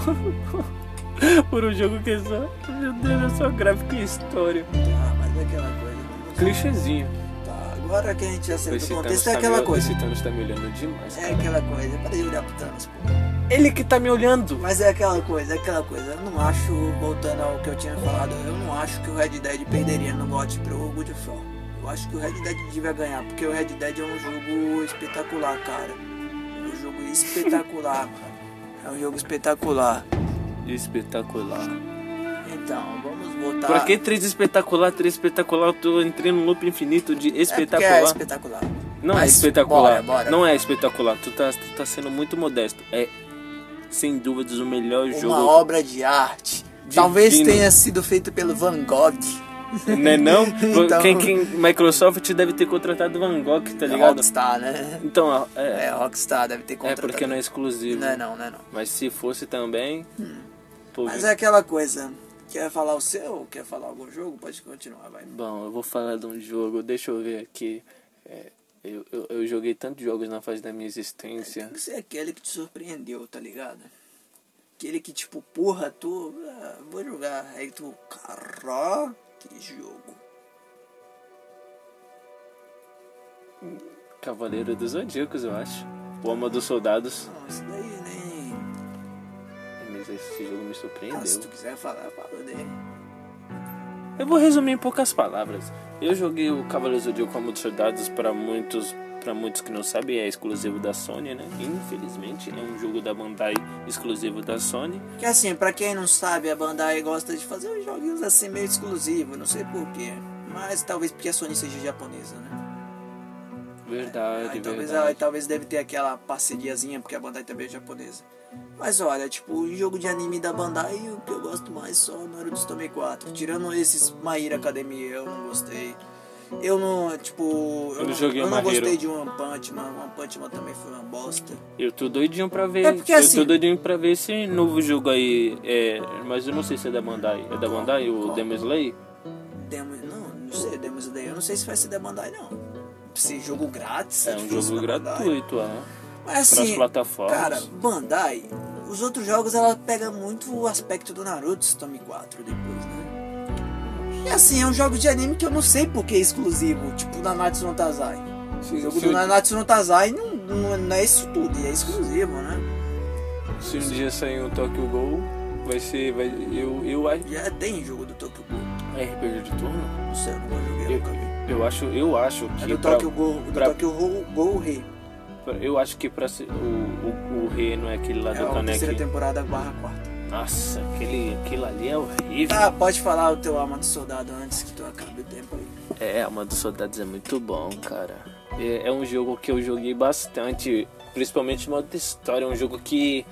S1: por um jogo que é só. Meu Deus, é só gráfico e história.
S2: Ah, mas é aquela coisa.
S1: Clichêzinho.
S2: Tá, agora que a gente já saiu do
S1: Esse Thanos,
S2: contexto,
S1: tá
S2: é aquela
S1: me,
S2: coisa.
S1: esse Thanos tá me olhando demais,
S2: É
S1: cara.
S2: aquela coisa, para de olhar pro Thanos, pô.
S1: Ele que tá me olhando.
S2: Mas é aquela coisa, é aquela coisa. Eu não acho, voltando ao que eu tinha falado, eu não acho que o Red Dead perderia no GOT pro God of War. Eu acho que o Red Dead devia ganhar, porque o Red Dead é um jogo espetacular, cara. É um jogo espetacular, cara. É um jogo espetacular.
S1: Espetacular.
S2: Então, vamos voltar.
S1: Pra que três espetacular, três espetacular? Eu tô entrei num loop infinito de
S2: É porque
S1: espetacular.
S2: é espetacular.
S1: Não é
S2: Mas
S1: espetacular.
S2: bora, bora.
S1: Não é espetacular. Tu tá, tu tá sendo muito modesto. É, sem dúvidas, o melhor jogo.
S2: Uma obra de arte. Talvez
S1: Divino.
S2: tenha sido feito pelo Van Gogh.
S1: Né não?
S2: Então-
S1: Quem, quem- Microsoft deve ter contratado Van Gogh, tá
S2: É
S1: ligado?
S2: Rockstar, né?
S1: Então, ó, é,
S2: É, Rockstar deve ter
S1: é,
S2: contratado.
S1: porque não é exclusivo.
S2: Não é não, não é não.
S1: Mas se fosse também... pô,
S2: Mas é aquela coisa. Quer falar o seu? Quer falar algum jogo? Pode continuar, vai.
S1: Bom, eu vou falar de um jogo, deixa eu ver aqui. É, eu, eu, eu joguei tantos jogos na fase da minha existência.
S2: Você é aquele que te surpreendeu, tá ligado? Aquele que tipo, porra, tu. ah, vou jogar. Aí tu. Caralho, que jogo.
S1: Cavaleiro dos Zodíacos, eu acho. O Alma dos Soldados.
S2: Não, isso daí nem.
S1: Mas esse jogo me surpreendeu.
S2: Ah, se tu quiser falar, fala dele.
S1: Eu vou resumir em poucas palavras. Eu joguei o Cavaleiro do Zodíaco como dos soldados para muitos, para muitos que não sabem, é exclusivo da Sony, né? Infelizmente, é um jogo da Bandai exclusivo da Sony.
S2: Que assim, pra quem não sabe, a Bandai gosta de fazer uns joguinhos assim meio exclusivos, não sei porquê. Mas talvez porque a Sony seja japonesa, né?
S1: Verdade,
S2: Aí, talvez, aí,
S1: Ah, verdade.
S2: talvez deve ter aquela parceriazinha, porque a Bandai também é japonesa. Mas olha, tipo, o jogo de anime da Bandai, o que eu gosto mais só é o Naruto Storm 4. Tirando esses My Hero Academia, eu não gostei. Eu não, tipo, eu,
S1: Eu
S2: não,
S1: joguei
S2: eu
S1: o
S2: não
S1: My Hero.
S2: gostei de One Punch Man. One Punch Man também foi uma bosta.
S1: Eu tô doidinho pra ver.
S2: É porque,
S1: eu
S2: assim-
S1: tô doidinho pra ver esse novo jogo aí. É, mas eu não sei se é da Bandai. É da Bandai o
S2: Qual?
S1: Demon Slayer?
S2: Demo, não, não sei, Demo Slayer, eu não sei se vai ser da Bandai, não. Se jogo grátis,
S1: É um
S2: difícil
S1: jogo
S2: da Bandai.
S1: gratuito, ah.
S2: Mas
S1: Pras
S2: assim,
S1: plataformas.
S2: cara, Bandai, os outros jogos ela pega muito o aspecto do Naruto Storm 4 depois, né? E assim, é um jogo de anime que eu não sei porque é exclusivo, tipo Nanatsu no Taizai. O
S1: Se,
S2: jogo
S1: se
S2: do
S1: um-
S2: Nanatsu no Taizai não, não, não é isso tudo, e é exclusivo, né?
S1: se um dia sair um Tokyo Ghoul, vai ser. Vai, eu, eu acho.
S2: Já tem jogo do Tokyo Ghoul,
S1: É RPG de turno?
S2: não sei, eu nunca joguei,
S1: Eu,
S2: nunca vi.
S1: eu acho, eu acho que.
S2: É do
S1: pra-
S2: Tokyo Ghoul, do
S1: pra-
S2: Tokyo Ghoul, Ghoul Rei.
S1: Eu acho que pra ser, o, o, o rei não é aquele lá
S2: É
S1: do
S2: a terceira
S1: Kaneki.
S2: temporada barra quarta.
S1: Nossa, aquele, aquilo ali é horrível.
S2: Tá, pode falar o teu alma do soldado antes que tu acabe o tempo aí.
S1: É, Alma dos Soldados é muito bom, cara. É, é um jogo que eu joguei bastante, principalmente o modo de história. É um jogo que.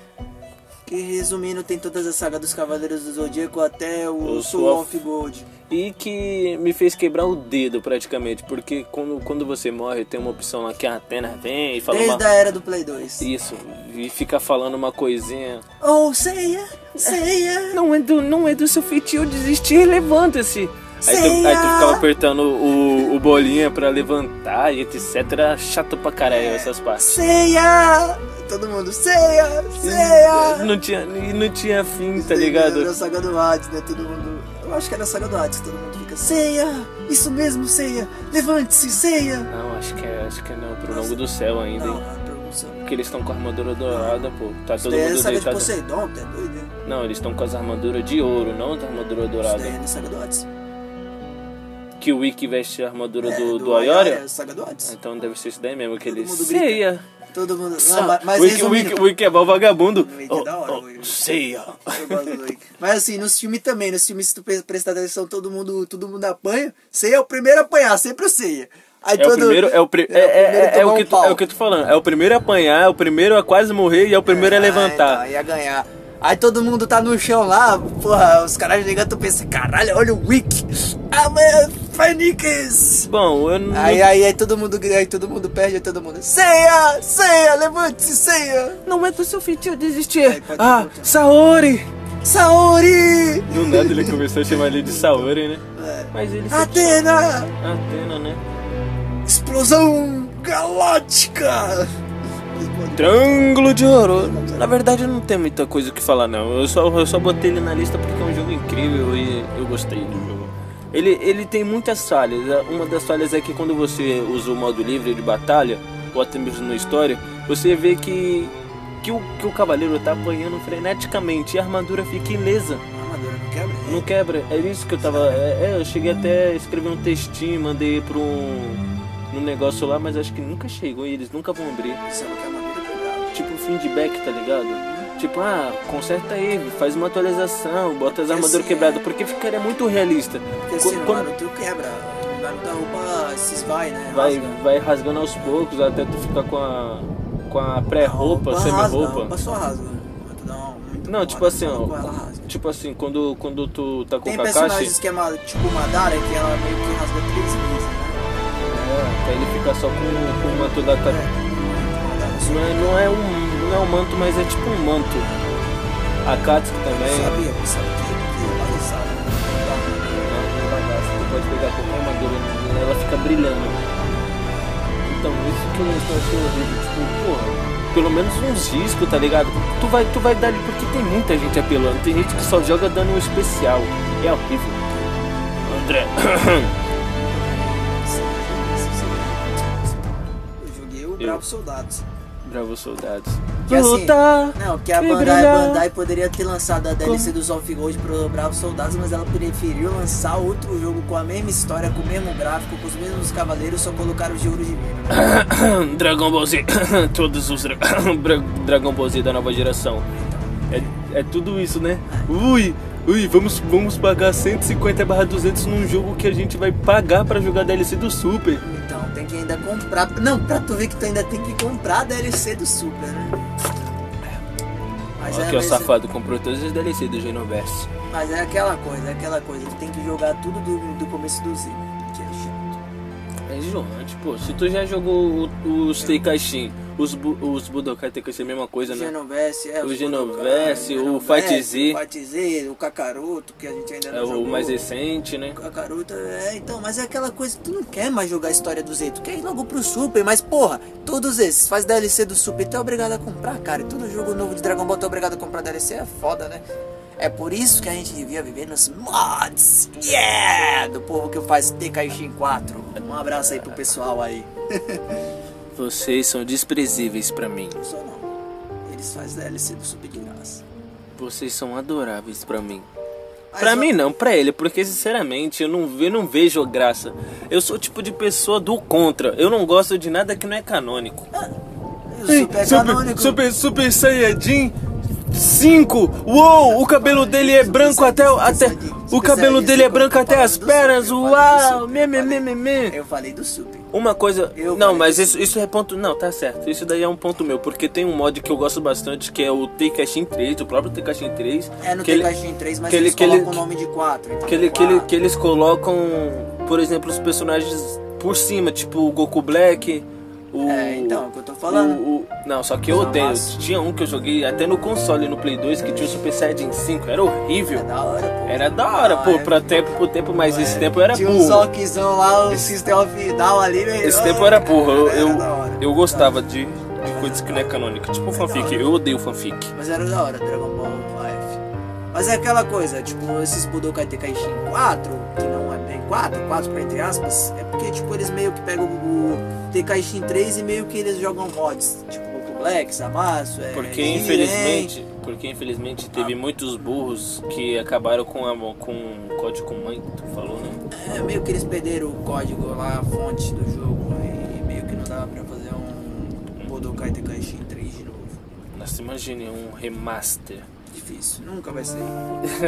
S2: Que resumindo, tem todas as sagas dos Cavaleiros do Zodíaco até o
S1: O
S2: Soul
S1: Soul
S2: of Gold.
S1: E que me fez quebrar o dedo praticamente, porque quando, quando você morre tem uma opção lá que a Atena vem e fala
S2: Desde
S1: uma.
S2: a era do Play 2.
S1: Isso, e fica falando uma coisinha.
S2: Oh, Seiya, Seiya.
S1: Não é do, não é do seu feitio desistir, levanta-se. Aí tu, aí tu ficava apertando o, o bolinha pra levantar e etc. Era chato pra caralho essas partes.
S2: Ceia! Todo mundo, ceia! Ceia!
S1: Não tinha, e não tinha fim, tá
S2: Tem,
S1: ligado?
S2: Era a saga do Hades, né? Todo mundo. Eu acho que era a saga do Hades, todo mundo fica, ceia! Isso mesmo, ceia! Levante-se, ceia!
S1: Não, acho que é, acho que não, pro longo do céu ainda.
S2: Não,
S1: hein?
S2: não, promoção.
S1: Porque eles estão com a armadura dourada, pô. Tá todo
S2: Daí era a
S1: mundo
S2: saga de
S1: deitado.
S2: Poseidon, tá doido? hein?
S1: Não, eles estão com as armaduras de ouro, não da armadura
S2: Isso
S1: dourada.
S2: daí era a saga do Hades.
S1: Que o Wiki veste a armadura
S2: É,
S1: do, do,
S2: Ayori,
S1: Aioria?
S2: é a saga do Hades.
S1: Então deve ser isso daí mesmo, que ele
S2: mundo grita.
S1: ceia.
S2: Todo mundo. Não,
S1: Sa-
S2: mas- mas
S1: o, Wiki, o,
S2: resumindo-
S1: Wiki, o Wiki é mal vagabundo.
S2: O Wiki é
S1: Oh,
S2: da hora,
S1: oh,
S2: o Wiki. É
S1: ceia.
S2: Eu gosto do Wake. Mas assim, nos filmes também, nos filmes, se tu pre- prestar atenção, todo mundo, todo mundo apanha. Ceia é o primeiro a apanhar, sempre o ceia. Aí
S1: É o primeiro, é o, pri- é, é,
S2: primeiro a
S1: é, é o
S2: tomar
S1: que
S2: um
S1: tu,
S2: pau.
S1: é o que tu falando. É o primeiro a apanhar, é o primeiro a quase morrer e é o primeiro a levantar.
S2: Ah, então, ia ganhar. Aí todo mundo tá no chão lá, porra, os caras ligando, tu pensa, caralho, olha o Wick. Ah, mas Fênix!
S1: Bom, eu não,
S2: Aí, aí, aí todo mundo grita, aí todo mundo perde, aí todo mundo. Ceia! Ceia! Levante-se, ceia!
S1: não é do seu fim de eu desistir.
S2: pode
S1: Ah,
S2: continuar.
S1: Saori!
S2: Saori!
S1: Do nada ele começou a chamar ele de Saori, né?
S2: É.
S1: Mas ele sempre-
S2: Atena!
S1: Atena, né?
S2: Explosão galáctica!
S1: Triângulo de Ouro. Na verdade, não tem muita coisa o que falar, não. Eu só, eu só botei ele na lista porque é um jogo incrível e eu gostei do jogo. Ele, ele tem muitas falhas. Uma das falhas é que quando você usa o modo livre de batalha, ou até mesmo na história, você vê que, que, o, que o cavaleiro tá apanhando freneticamente e a armadura fica ilesa.
S2: Armadura não quebra?
S1: Não quebra, é isso que eu tava. É, é, eu cheguei até a escrever um textinho, mandei pra um, um negócio lá, mas acho que nunca chegou e eles nunca vão abrir
S2: Você não quer armadura quebrada.
S1: tipo um feedback, tá ligado? Tipo, ah, conserta aí, faz uma atualização, bota as
S2: Porque
S1: armaduras
S2: assim,
S1: quebradas, porque ficaria muito realista.
S2: Porque
S1: Qu-
S2: assim, no
S1: quando
S2: Naruto quebra. No Naruto a roupa se esvai, né?
S1: vai,
S2: Rasga.
S1: vai rasgando aos poucos até tu ficar com a, com a pré-roupa,
S2: rasga, A
S1: é semi-roupa.
S2: roupa só rasga. Mas tu dá uma- um-
S1: Não,
S2: muito porrada,
S1: tipo assim,
S2: só
S1: ó,
S2: com ela rasga.
S1: tipo assim, quando, quando tu tá com
S2: Tem
S1: o
S2: personagens
S1: Kakashi,
S2: que é ma- tipo Madara, que ela meio que rasga três vezes, né?
S1: é, aí ele fica só com, com o manto da
S2: É.
S1: Katana.
S2: Madara
S1: Não é, não, é um, não é um manto, mas é tipo um manto. A Katsuki também.
S2: Eu sabia, eu sabia que que o Madara sabe, né?
S1: Então,
S2: Tá.
S1: Você pode pegar qualquer armadura, ela fica brilhando. Então, isso que eu estou achando horrível, tipo, porra, pelo menos uns riscos, tá ligado? Tu vai, tu vai dar ali, porque tem muita gente apelando, tem gente que só joga dando um especial. É horrível. André.
S2: Esse- esse- esse- né? Eu joguei o Bravo Soldados.
S1: Bravo, soldados.
S2: Que assim,
S1: Lutar
S2: Não, porque a
S1: e
S2: Bandai, a
S1: brilhar.
S2: Bandai poderia ter lançado a DLC dos Off Gold pro Bravo Soldados, mas ela preferiu lançar outro jogo com a mesma história, com o mesmo gráfico, com os mesmos cavaleiros, só colocaram os de ouro de vidro.
S1: Dragon Ball Z. Todos os dra- Bra- Dragon Ball Z da nova geração. É, é tudo isso, né? Ui, ui, vamos, vamos pagar 150 barra 200 num jogo que a gente vai pagar pra jogar DLC do Super.
S2: Então, tem que ainda comprar. Não, pra tu ver que tu ainda tem que comprar a DLC do Super, né? Mas,
S1: Olha
S2: é,
S1: que o
S2: mas-
S1: safado comprou todas as DLC do Genoverse.
S2: mas é aquela coisa, é aquela coisa. Tu tem que jogar tudo do, do começo do Z, que é chato.
S1: É enjoante, pô. Se tu já jogou o- os Teikashin, os, bu- os Budokai Teikashin é a mesma coisa,
S2: O
S1: né?
S2: Genoverse, é
S1: O
S2: os
S1: Genoverse,
S2: Budokai,
S1: o
S2: Genoverse,
S1: Fight Z.
S2: O Fight Z, o Kakaroto, que a gente ainda não
S1: É o
S2: jogou.
S1: mais recente, né?
S2: A garota, é, então, mas é aquela coisa que tu não quer mais jogar a história do Z, tu quer ir logo pro Super, mas porra, todos esses, faz DLC do Super, tu é obrigado a comprar, cara, e todo jogo novo de Dragon Ball tu é obrigado a comprar DLC, é foda, né? É por isso que a gente devia viver nos mods, yeah, do povo que faz TKX 4. Um abraço aí pro pessoal aí.
S1: Vocês são desprezíveis pra mim.
S2: Não sou não, eles fazem DLC do Super de graça.
S1: Vocês são adoráveis pra mim.
S2: Mas
S1: Pra
S2: o-
S1: mim não, pra ele, porque sinceramente eu não, ve- eu não vejo graça. Eu sou o tipo de pessoa do contra. Eu não gosto de nada que não é canônico.
S2: o "Ah, Super é canônico.
S1: super, super Saiyajin 5. Uou, o cabelo dele é branco até o- até o cabelo dele é branco até as pernas. Uau, me me me me me.
S2: Eu falei do Super.
S1: Uma coisa,
S2: Eu
S1: não,
S2: falei
S1: mas isso, isso é ponto, não, tá certo. Isso daí é um ponto meu, porque tem um mod que eu gosto bastante que é o Tekkashin 3, o próprio Tekkashin 3.
S2: É, não
S1: que
S2: tem
S1: ele-
S2: Gaijin 3, mas
S1: que ele-
S2: eles
S1: que ele-
S2: colocam o nome de 4. então
S1: Que, ele, que, ele,
S2: quatro.
S1: que eles colocam, por exemplo, os personagens por cima, tipo o Goku Black, O,
S2: É, então, é o que eu tô falando.
S1: o- o- não, só que eu
S2: Os
S1: odeio.
S2: amassos.
S1: Tinha um que eu joguei até no console, no Play 2, que tinha o Super Saiyajin 5. Era
S2: É
S1: horrível.
S2: da hora, pô.
S1: Era da hora,
S2: Ah,
S1: pô,
S2: é.
S1: pra tempo, pro tempo, mas esse tempo era
S2: Tinha um
S1: burro.
S2: soquezão lá, o System of Down ali, velho.
S1: Esse tempo era burro. Eu,
S2: Era
S1: eu,
S2: da hora.
S1: eu gostava de, de coisas que não é canônica. Tipo fanfic, eu odeio fanfic.
S2: Mas era da hora, Dragon Ball Life. Mas é aquela coisa, tipo, esses Budokai Tenkaichi 4, que não é bem 4, 4 pra entre aspas, é porque, tipo, eles meio que pegam o Tenkaichi 3 e meio que eles jogam mods, tipo, Goku Black, Zamasu, é...
S1: Porque
S2: Jiren.
S1: infelizmente, porque infelizmente teve muitos burros que acabaram com a, com o código mãe, que tu falou, né?
S2: É, meio que eles perderam o código lá, a fonte do jogo, e meio que não dava pra fazer um Budokai Tenkaichi 3 de novo.
S1: Nossa, imagine um remaster.
S2: Difícil, nunca vai ser.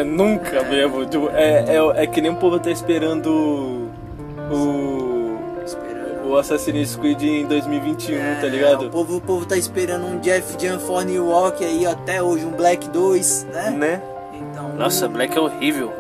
S1: Nunca mesmo. tipo, é, é, é que nem o povo tá esperando o.
S2: Esperando. É,
S1: O Assassin's Creed em 2021, tá
S2: O
S1: ligado?
S2: povo, o povo tá esperando um Jeff Gianforni Walk aí até hoje, um Black 2, né?
S1: Né?
S2: Então,
S1: Nossa, Black é horrível.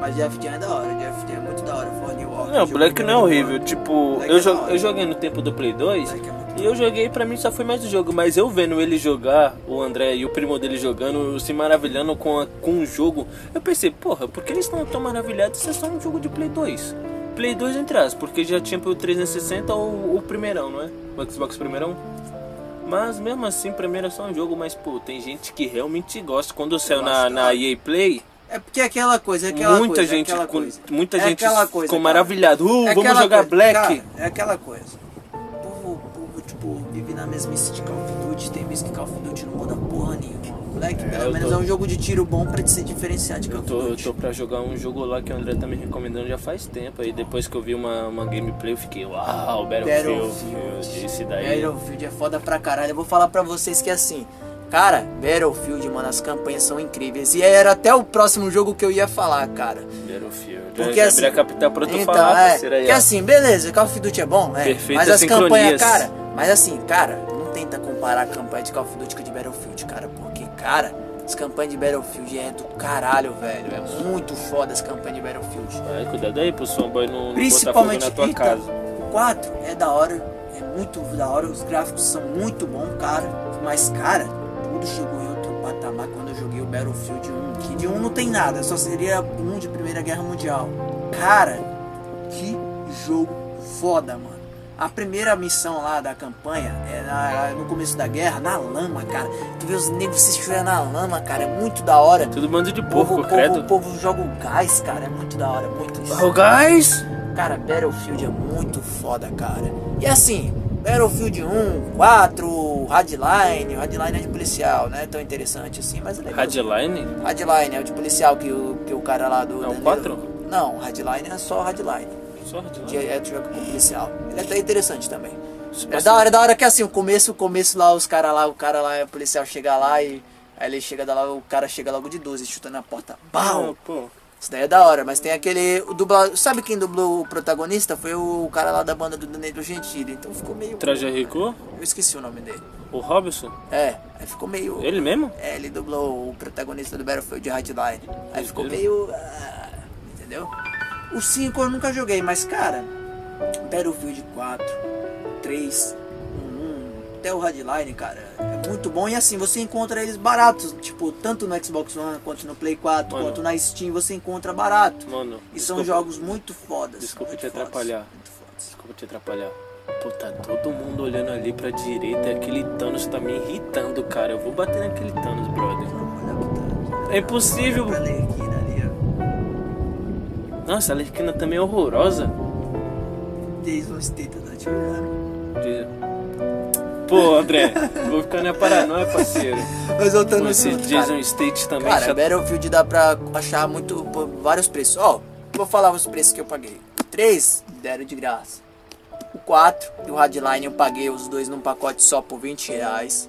S2: Mas Jeff Jan é da hora, Jeff Jan é muito da hora, Forni Walk.
S1: Não,
S2: jogo
S1: Black não é
S2: muito
S1: horrível.
S2: bom.
S1: Tipo,
S2: Black
S1: eu,
S2: é
S1: jo-
S2: da hora.
S1: eu joguei no tempo do Play 2
S2: Black é muito
S1: e eu joguei, pra mim só foi mais um jogo. Mas eu vendo ele jogar, o André e o primo dele jogando, se maravilhando com, a- com o jogo, eu pensei, porra, por que eles estão tão maravilhados se é só um jogo de Play 2? Play 2 entre aspas, porque já tinha pro 360 o, o primeirão, não é? O Xbox primeirão. Mas mesmo assim, primeiro é só um jogo, mas pô, tem gente que realmente gosta. Quando saiu na, na EA Play,
S2: É porque é aquela coisa, é aquela
S1: muita
S2: coisa. é
S1: gente
S2: aquela
S1: com-
S2: coisa.
S1: muita
S2: É
S1: gente
S2: aquela coisa,
S1: ficou
S2: cara.
S1: maravilhado. Uh, vamos
S2: É aquela
S1: jogar
S2: coisa,
S1: Black.
S2: cara, é aquela coisa. O povo, o povo, tipo, vive na mesmice de Call of Duty, tem vezes que Call of Duty não muda porra nenhuma. Black,
S1: eu
S2: pelo menos,
S1: tô-
S2: é um jogo de tiro bom pra se diferenciar de Call
S1: Eu
S2: of
S1: tô, eu
S2: Duty.
S1: tô pra jogar um jogo lá que o André tá me recomendando já faz tempo. Aí depois que eu vi uma, uma gameplay, eu fiquei, uau, Battlefield.
S2: Battlefield.
S1: Esse daí.
S2: Battlefield é foda pra caralho. Eu vou falar pra vocês que é assim, cara, Battlefield, mano, as campanhas são incríveis. E era até o próximo jogo que eu ia falar, cara.
S1: Battlefield.
S2: Porque
S1: eu já
S2: assim.
S1: abri a capital pra tu
S2: então,
S1: falar,
S2: é,
S1: parceiro, aí,
S2: Porque
S1: ó.
S2: assim, beleza, Call of Duty é bom, é.
S1: Perfeita
S2: mas as
S1: sincronias.
S2: campanhas, cara. Mas assim, cara, não tenta comparar a campanha de Call of Duty com a de Battlefield, cara. Porque, cara, as campanhas de Battlefield é do caralho, velho. É muito foda as campanhas de Battlefield.
S1: Ai, cuidado aí pro fanboy não, não botar fogo
S2: Principalmente
S1: na tua
S2: eita,
S1: casa.
S2: o 4 é da hora, é muito da hora, os gráficos são muito bons, cara. Mas, cara, tudo chegou em outro patamar quando eu joguei o Battlefield 1. Que de 1 não tem nada, só seria um de Primeira Guerra Mundial. Cara, que jogo foda, mano. A primeira missão lá da campanha é na- no começo da guerra, na lama, cara. Tu vê os negros se esfriando na lama, cara. É muito da hora.
S1: Tudo bando de
S2: O
S1: porco,
S2: povo, o povo, o
S1: credo.
S2: povo joga o gás, cara. É muito da hora, muito
S1: Oh, guys!
S2: Cara, Battlefield é muito foda, cara. E assim, Battlefield 1, 4, Hardline, Hardline é de policial, não é tão interessante assim, mas é legal.
S1: Hardline?
S2: Hardline é o de policial que o, que o cara lá do.
S1: É um
S2: Danilo-
S1: quatro?
S2: Não, Hardline é só Hardline.
S1: Só
S2: De,
S1: Hardline?
S2: é de jogo com policial. Ele é até interessante também. É
S1: Nossa.
S2: da hora, é da hora que assim, o começo, o começo lá, os caras lá, o cara lá, o policial chega lá e. Aí ele chega da lá, o cara chega logo de 12, chutando a porta. Pau!
S1: Ah, pô.
S2: Isso daí é da hora, mas tem aquele. O dubla... Sabe quem dublou o protagonista? Foi o cara lá da banda do Danilo Gentili. Então ficou meio.
S1: Traje Rico?
S2: Eu esqueci o nome dele.
S1: O Robson?
S2: É, aí ficou meio.
S1: Ele mesmo?
S2: É, ele dublou o protagonista do Battlefield Hardline. Aí ficou meio. ah, entendeu? O 5 eu nunca joguei, mas cara. Battlefield 4, 3, 1, até o Hardline, cara. É muito bom e assim, você encontra eles baratos. Tipo, tanto no Xbox One, quanto no Play 4,
S1: Mano.
S2: quanto na Steam, você encontra barato.
S1: Mano.
S2: E são
S1: desculpa.
S2: jogos muito fodas.
S1: Desculpa
S2: muito
S1: te
S2: fodas,
S1: atrapalhar.
S2: muito fodas.
S1: Desculpa te atrapalhar. Pô, tá todo mundo olhando ali pra direita. Aquele Thanos tá me irritando, cara. Eu vou bater naquele Thanos, brother.
S2: Olha pra trás.
S1: É impossível.
S2: Olha pra Arlequina ali,
S1: Nossa, a Lerquina também é horrorosa.
S2: ó. Jason Statham tá te olhando.
S1: De- Pô, André, vou ficar na paranoia, parceiro.
S2: Mas voltando
S1: Pô,
S2: no
S1: esse
S2: assunto,
S1: Jason
S2: cara.
S1: State também
S2: Cara,
S1: chato.
S2: Battlefield dá pra achar muito, pô, vários preços. Ó, vou falar os preços que eu paguei. Três deram de graça. O 4 e o Hardline eu paguei os dois num pacote só por 20 reais.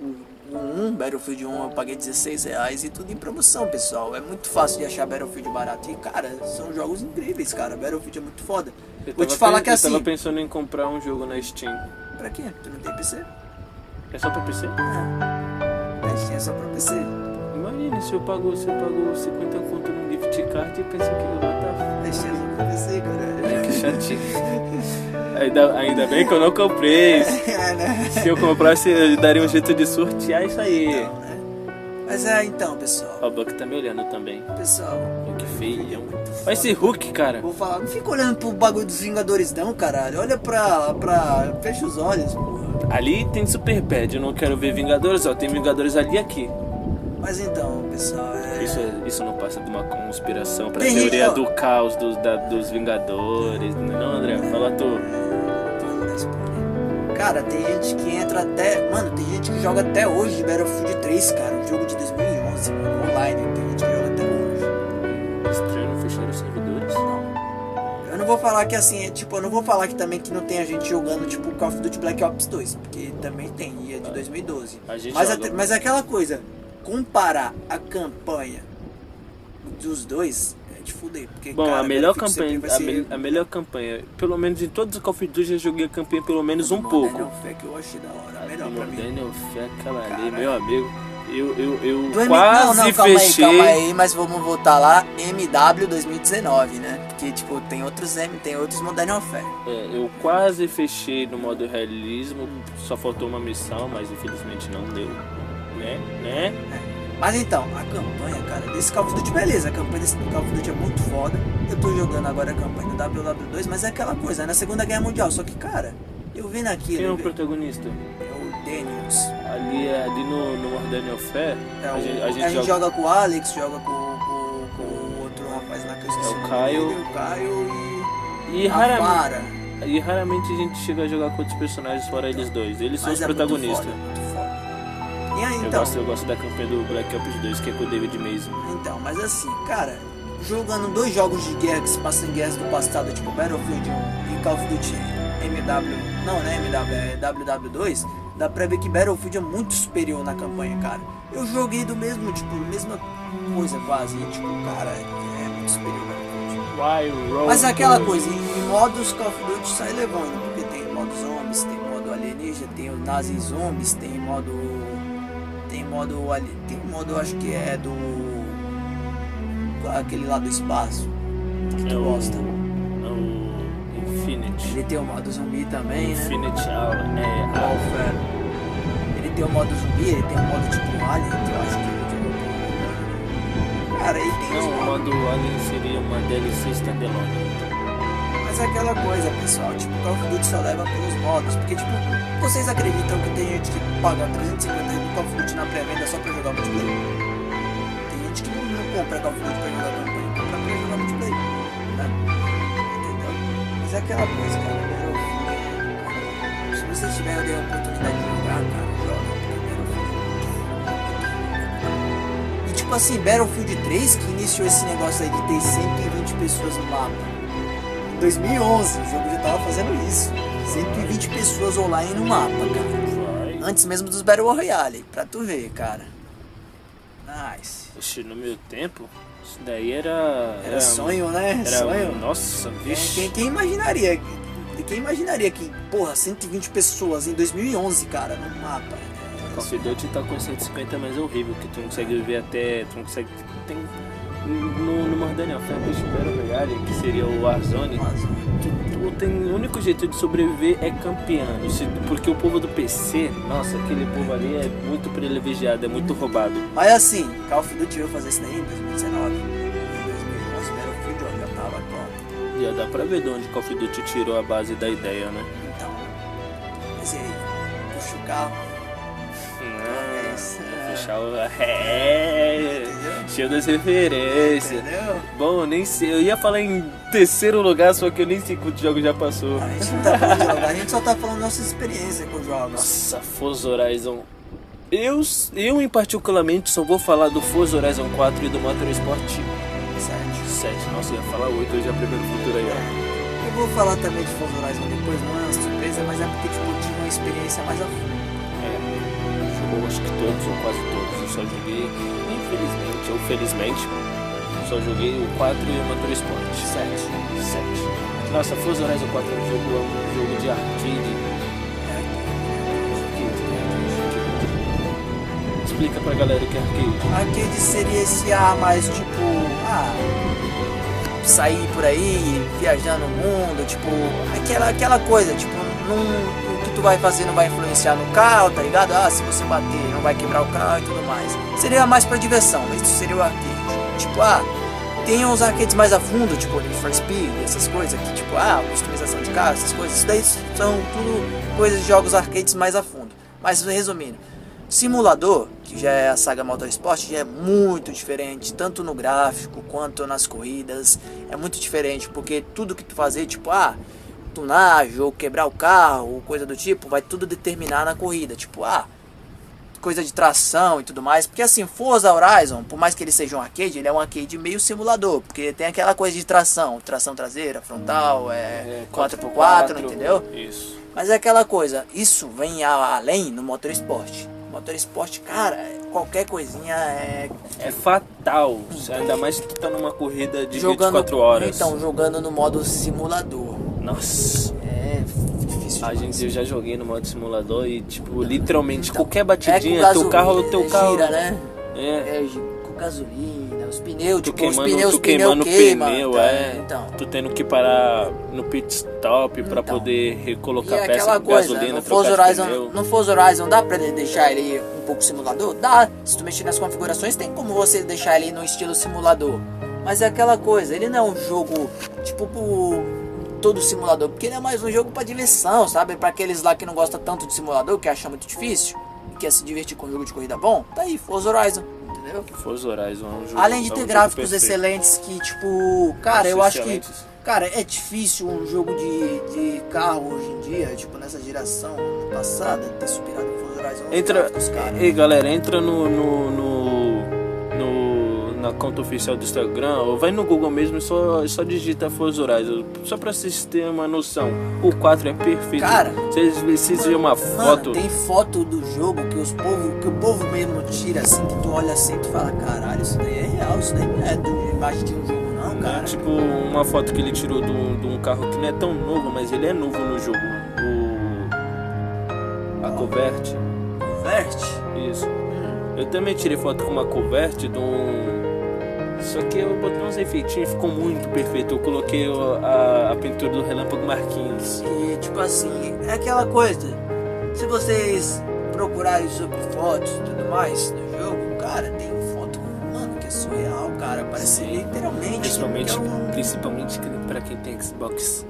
S2: O 1, Battlefield 1 eu paguei 16 reais e tudo em promoção, pessoal. É muito fácil de achar Battlefield barato. E, cara, são jogos incríveis, cara. Battlefield é muito foda.
S1: Eu
S2: Vou
S1: tava
S2: te falar
S1: pen-
S2: que
S1: eu
S2: assim.
S1: tava pensando em comprar um jogo na Steam.
S2: Pra quê? Tu não tem PC?
S1: É só pra PC?
S2: Ah, é só pra PC.
S1: Mas menino, se eu pago, se eu pago 50 conto num gift card, pensa que lá tá.
S2: Deixa isso acontecer, caralho.
S1: Que chatinho. ainda, ainda bem que eu não comprei.
S2: É, né?
S1: Se eu comprasse, eu daria um jeito de sortear isso aí.
S2: Então, né? Mas é, então, pessoal.
S1: Ó, o Buck tá me olhando também.
S2: Pessoal, é
S1: Hulk feio. Olha esse Hulk, cara.
S2: vou falar, não fica olhando pro bagulho dos Vingadores, não, caralho. Olha pra. pra... Fecha os olhos, porra.
S1: Ali tem Super Bad, eu não quero ver Vingadores, ó. Tem Vingadores ali e aqui.
S2: Mas então, pessoal, é.
S1: Isso, é- isso não passa de uma conspiração pra
S2: Tem
S1: teoria
S2: gente, ó.
S1: do caos dos, da- dos Vingadores. né? Não, André, fala tu.
S2: Não vou dar spoiler. é, Cara, tem gente que entra até. Mano, tem gente que joga até hoje Battlefield 3, cara. Um jogo de 2011, mano, online. Tem gente que joga até hoje.
S1: Estranho, não fecharam os servidores?
S2: Eu não vou falar que assim, é, tipo, eu não vou falar que também que não tem a gente jogando, tipo, Call of Duty Black Ops 2, porque também tem, e é de 2012.
S1: A gente
S2: mas,
S1: joga.
S2: até- mas é aquela coisa, comparar a campanha dos dois é de fuder, porque.
S1: Bom,
S2: cara,
S1: a melhor
S2: Battlefield sempre
S1: campanha,
S2: vai
S1: a,
S2: ser-
S1: me- a melhor campanha, pelo menos em todos os Call of Duty eu joguei a campanha pelo menos um
S2: Modern
S1: pouco.
S2: Warfare é que eu achei da hora,
S1: A
S2: a melhor
S1: do
S2: pra mim.
S1: Modern Warfare, aquela ali,
S2: Caralho.
S1: meu amigo, eu, eu, eu
S2: Do M-
S1: quase
S2: não, não, calma
S1: fechei.
S2: aí, calma aí, mas vamos voltar lá, MW 2019, né? Porque, tipo, tem outros M, tem outros Modern Warfare.
S1: É, eu quase fechei no modo realismo, só faltou uma missão, mas infelizmente não deu. Né? Né?
S2: Mas então, a campanha, cara, desse Call of Duty, beleza, a campanha desse Call of Duty é muito foda. Eu tô jogando agora a campanha do WW2, mas é aquela coisa, é na Segunda Guerra Mundial, só que, cara, eu vendo
S1: Quem é
S2: aquilo,
S1: o
S2: velho,
S1: protagonista?
S2: é o Daniels.
S1: Ali, ali no, no Modern Warfare,
S2: É o-
S1: a gente, a gente joga...
S2: joga com o Alex, joga com, com- com o outro rapaz lá que eu esqueci.
S1: É o
S2: nome
S1: Caio.
S2: dele, o Caio e.
S1: E
S2: a
S1: raramente,
S2: Vara.
S1: e raramente a gente chega a jogar com outros personagens fora eles dois. Eles são
S2: Mas
S1: os
S2: é muito
S1: protagonistas.
S2: foda, muito foda. E aí,
S1: Eu,
S2: então,
S1: gosto, eu gosto da campanha do Black Ops 2, que é com o David Mason.
S2: então, mas assim, cara, jogando dois jogos de guerra que se passam em guerras do passado, tipo Battlefield 1 e Call of Duty MW, não, né, MW, é WW2, dá pra ver que Battlefield é muito superior na campanha, cara. Eu joguei do mesmo, tipo, mesma coisa quase, e, tipo, cara, é muito superior Battlefield. Mas é aquela coisa, em, em modos Call of Duty sai levando, porque tem modo zombies, tem modo alienígena, tem o nazi zombies, tem modo. Tem modo ali. Tem um modo acho que é do. aquele lá do espaço. Que
S1: É
S2: tu
S1: o-
S2: gosta.
S1: É o Infinity.
S2: Ele tem o modo zumbi também, né?
S1: Infinity Al- é, Alpha.
S2: Warfare. Ele tem o modo zumbi, ele tem o modo tipo alien, que eu acho que que eu- Cara, ele tem os
S1: Não, o
S2: modos.
S1: modo Alien seria uma DLC standalone.
S2: Mas é aquela coisa, pessoal, tipo, Call of Duty só leva pelos modos, porque, tipo, vocês acreditam que tem gente que paga 350 reais no Call of Duty na pré-venda só pra jogar multiplayer? Tem gente que não, não compra Call of Duty pra jogar campanha, compra pra jogar multiplayer, né? Entendeu? Mas é aquela coisa, cara, Battlefield, se vocês tiverem a oportunidade de jogar, cara, joga, porque Battlefield é muito foda. E, tipo assim, Battlefield 3, que iniciou esse negócio aí de ter 120 pessoas no mapa, 2011, o jogo já tava fazendo isso. 120 pessoas online no mapa, cara.
S1: Vai.
S2: Antes mesmo dos Battle Royale, pra tu ver, cara. Nice.
S1: Oxe, no meu tempo, isso daí era.
S2: Era sonho, né?
S1: Era,
S2: sonho. É,
S1: Nossa,
S2: Quem,
S1: vixe.
S2: quem, quem imaginaria? que- Quem imaginaria que, porra, 120 pessoas em 2011, cara, no mapa. é
S1: Call of Duty tá com 150, mas é horrível, que tu não consegue ver até. Tu não consegue. Tem. No, no Modern Warfare, bicho, Battle Royale, que seria o Warzone,
S2: Mas,
S1: tu, tu tem, o único jeito de sobreviver é campeando. Se- porque o povo do PC, nossa, aquele povo ali é muito privilegiado, é muito roubado.
S2: mas assim, Call of Duty veio fazer isso daí em 2019. Em 2011, Battlefield ó, já tava com
S1: E ó, dá pra ver de onde Call of Duty tirou a base da ideia, né?
S2: Então, mas e aí? Puxa o carro. É isso, é.
S1: Fechar o. É,
S2: Entendeu?
S1: cheio das
S2: é.
S1: referências.
S2: Entendeu?
S1: Bom, eu nem sei. Eu ia falar em terceiro lugar, só que eu nem sei quanto jogo já passou.
S2: A gente não tá falando de jogar, a gente só tá falando nossas experiências com jogos.
S1: Nossa, Forza Horizon. Eu, eu, em particularmente, só vou falar do Forza Horizon 4 e do Motorsport
S2: Certo?
S1: 7. Nossa, eu ia falar 8, eu já prevejo o futuro aí, ó.
S2: É. Eu vou falar também de Forza Horizon depois, não é uma surpresa, mas é porque tipo, tive uma experiência mais a fundo.
S1: É, jogou acho que todos ou quase todos. Eu só joguei, infelizmente ou felizmente, só joguei o 4 e o Motorsport. 7. 7. Nossa, Forza Horizon 4 é um jogo, é um jogo de arcade.
S2: É.
S1: Que, que, que, Explica pra galera o que é arcade.
S4: Arcade seria esse ar mais tipo. Ah,
S2: sair por aí, viajar no mundo, tipo, aquela, aquela coisa, tipo, não, o que tu vai fazer não vai influenciar no carro, tá ligado? Ah, se você bater, não vai quebrar o carro e tudo mais. Seria mais pra diversão, isso seria o arcade. Tipo, ah, tem uns arcades mais a fundo, tipo, Need for Speed, essas coisas, que tipo, ah, customização de carro, essas coisas, isso daí são tudo coisas de jogos arcades mais a fundo. Mas resumindo, Simulador, que já é a saga Motorsport, já é muito diferente, tanto no gráfico quanto nas corridas. É muito diferente, porque tudo que tu fazer, tipo, ah, tunagem ou quebrar o carro, ou coisa do tipo, vai tudo determinar na corrida. Tipo, ah, coisa de tração e tudo mais. Porque assim, Forza Horizon, por mais que ele seja um arcade, ele é um arcade meio simulador, porque tem aquela coisa de tração, tração traseira, frontal, é, 4x4, entendeu?
S1: Isso.
S2: Mas é aquela coisa, isso vem a- além no motor esporte. Motor esporte, cara, qualquer coisinha é
S1: É fatal. Ainda mais se tu tá numa corrida de
S2: jogando
S1: 24 horas.
S2: Então, jogando no modo simulador.
S1: Nossa.
S2: É difícil.
S1: A
S2: demais.
S1: gente, eu já joguei no modo simulador e, tipo, literalmente
S2: Então,
S1: qualquer
S2: é
S1: batidinha,
S2: com
S1: teu carro, teu
S2: gasolina,
S1: carro.
S2: gira, né?
S1: É.
S2: É, gi- com gasolina, os pneus,
S1: Tu
S2: tipo, os
S1: queimando,
S2: pneus,
S1: tu
S2: os pneus
S1: queimando o
S2: queima,
S1: pneu,
S2: tá?
S1: é.
S2: Então,
S1: Tu tendo que parar no pit stop pra
S2: Então.
S1: poder
S2: E
S1: recolocar
S2: é
S1: a peça
S2: aquela
S1: com
S2: coisa,
S1: gasolina,
S2: no Forza
S1: trocar de
S2: Horizon,
S1: pneu.
S2: no Forza Horizon dá pra de- deixar ele um pouco simulador? Dá, se tu mexer nas configurações tem como você deixar ele no estilo simulador. Mas é aquela coisa, ele não é um jogo tipo pro- todo simulador, porque ele é mais um jogo pra diversão, sabe? Pra aqueles lá que não gostam tanto de simulador, que acham muito difícil, e quer se divertir com um jogo de corrida bom, tá aí, Forza Horizon, entendeu?
S1: Forza Horizon é um jogo.
S2: Além de
S1: é um
S2: ter
S1: jogo
S2: gráficos
S1: perfeito.
S2: excelentes que, tipo, cara, eu
S1: Nossa,
S2: acho que.
S1: excelentes.
S2: Cara, é difícil um jogo de, de carro hoje em dia, tipo, nessa geração passada, ter superado o Forza Horizon. nos
S1: Entra.
S2: gráficos, cara.
S1: Ei, galera, entra no. no, no, no- na conta oficial do Instagram, ou vai no Google mesmo e só, só digita Forza Horizon, só pra vocês terem uma noção. O 4 é perfeito.
S2: Cara,
S1: vocês vocês veem uma foto.
S2: Mano, tem foto do jogo que os povo, que o povo mesmo tira assim, que tu olha assim e tu fala, caralho, isso daí é real, isso daí não é do imagem de um jogo não,
S1: né?
S2: cara.
S1: Tipo, uma foto que ele tirou de um, de um carro que não é tão novo, mas ele é novo no jogo. O. A Covert.
S2: Converte.
S1: Isso. Eu também tirei foto com uma Covert de um. Só que eu botei uns efeitinhos e ficou muito perfeito. Eu coloquei o- a, a pintura do Relâmpago Marquinhos.
S2: E tipo assim, é aquela coisa. Se vocês procurarem sobre fotos e tudo mais no jogo, cara, tem foto, mano, que é surreal, cara. Parece
S1: Sim.
S2: literalmente.
S1: Principalmente,
S2: que é um-
S1: principalmente que- pra quem tem Xbox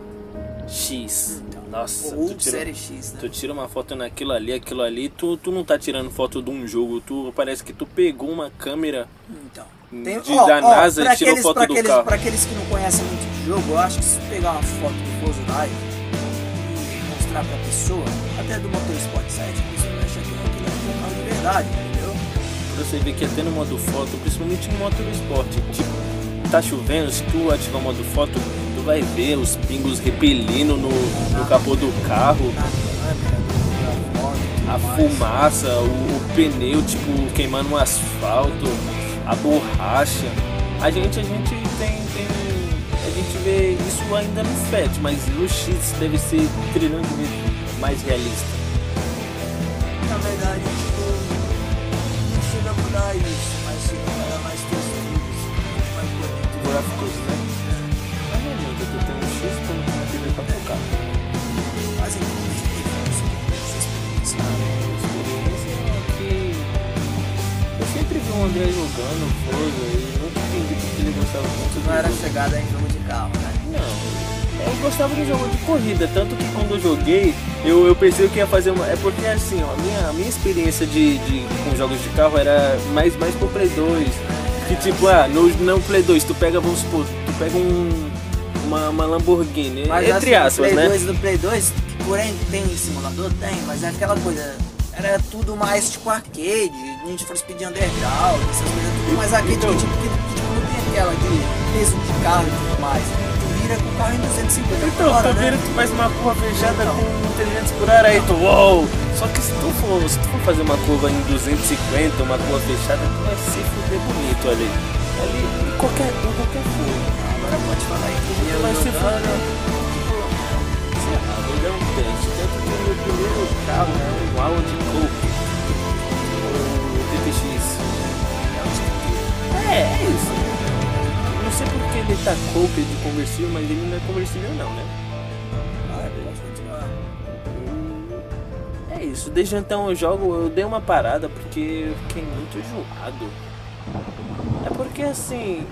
S1: X.
S2: Então,
S1: Nossa,
S2: ou
S1: tu tirou,
S2: Série X, né?
S1: Tu tira uma foto naquilo ali, aquilo ali, tu, tu não tá tirando foto de um jogo, tu parece que tu pegou uma câmera
S2: Então.
S1: de- da NASA
S2: pra
S1: e tirou
S2: aqueles-
S1: foto
S2: pra
S1: do
S2: aqueles,
S1: carro.
S2: Pra aqueles que não conhecem muito de jogo, eu acho que se tu pegar uma foto do Bozo Live e mostrar pra pessoa, até do Motorsport 7, a pessoa vai achar que aquilo é um carro de verdade, entendeu?
S1: Pra você ver que é até no modo foto, principalmente no modo esporte, tipo, tá chovendo, se tu ativar o modo foto, tu vai ver os pingos repelindo no, no capô do carro,
S2: Na câmera, na é foto, e tudo
S1: a
S2: mais.
S1: fumaça, o, o pneu, tipo, queimando o asfalto, a borracha. A gente, a gente tem, tem. A gente vê isso ainda no FET, mas no X deve ser trilhão de vezes mais realista.
S2: Na verdade, tipo, não chega a mudar isso, mas chega a mudar mais texturas, mais bonito.
S1: Gráficos, né? Mas não adianta, tu tem um X, tu não tem uma TV pra tocar.
S2: Mas enfim, isso é
S1: experiência que eu sempre vi o André jogando Forza e nunca entendi porque ele gostava tanto
S2: que
S1: do
S2: não era
S1: jogo.
S2: chegada em jogo de carro, né?
S1: Não, eu gostava de jogo de corrida, tanto que quando eu joguei, eu, eu pensei que ia fazer uma. É porque assim, ó, a minha, a minha experiência de, de- com jogos de carro era mais, mais pro Play 2. Que tipo, ah, no, no Play 2, tu pega, vamos supor, tu pega um. Uma, uma Lamborghini, entre
S2: no
S1: aspas,
S2: assim,
S1: né?
S2: Play 2 no Play 2, porém tem simulador? Tem, mas é aquela coisa. Era tudo mais tipo arcade, Need for Speed Underground, essas coisas tudo mais arcade,
S1: Então-
S2: que, tipo, que, que, tipo, não tem aquela de peso de carro e tudo mais. Tu vira com o carro em 250 por
S1: Então,
S2: hora,
S1: tá
S2: né?
S1: vendo que tu faz uma curva fechada
S2: Não.
S1: com 300 por hora aí, tu uou! Só que se tu, for, se tu for fazer uma curva em 250, uma curva fechada, tu vai se fuder bonito ali. Ali, em qualquer em qualquer curva.
S2: Agora pode falar aí é que
S1: Tu
S2: eu
S1: vai se
S2: jogando,
S1: fuder. Tipo, sei lá, vou dar um teste. é Tanto que o meu primeiro carro é um Audi Coke. O TTX É um Hulk tá de conversível, mas ele não é conversível não, né?
S2: Vai, pode continuar.
S1: É isso, desde então eu jogo, eu dei uma parada porque eu fiquei muito enjoado. É porque assim,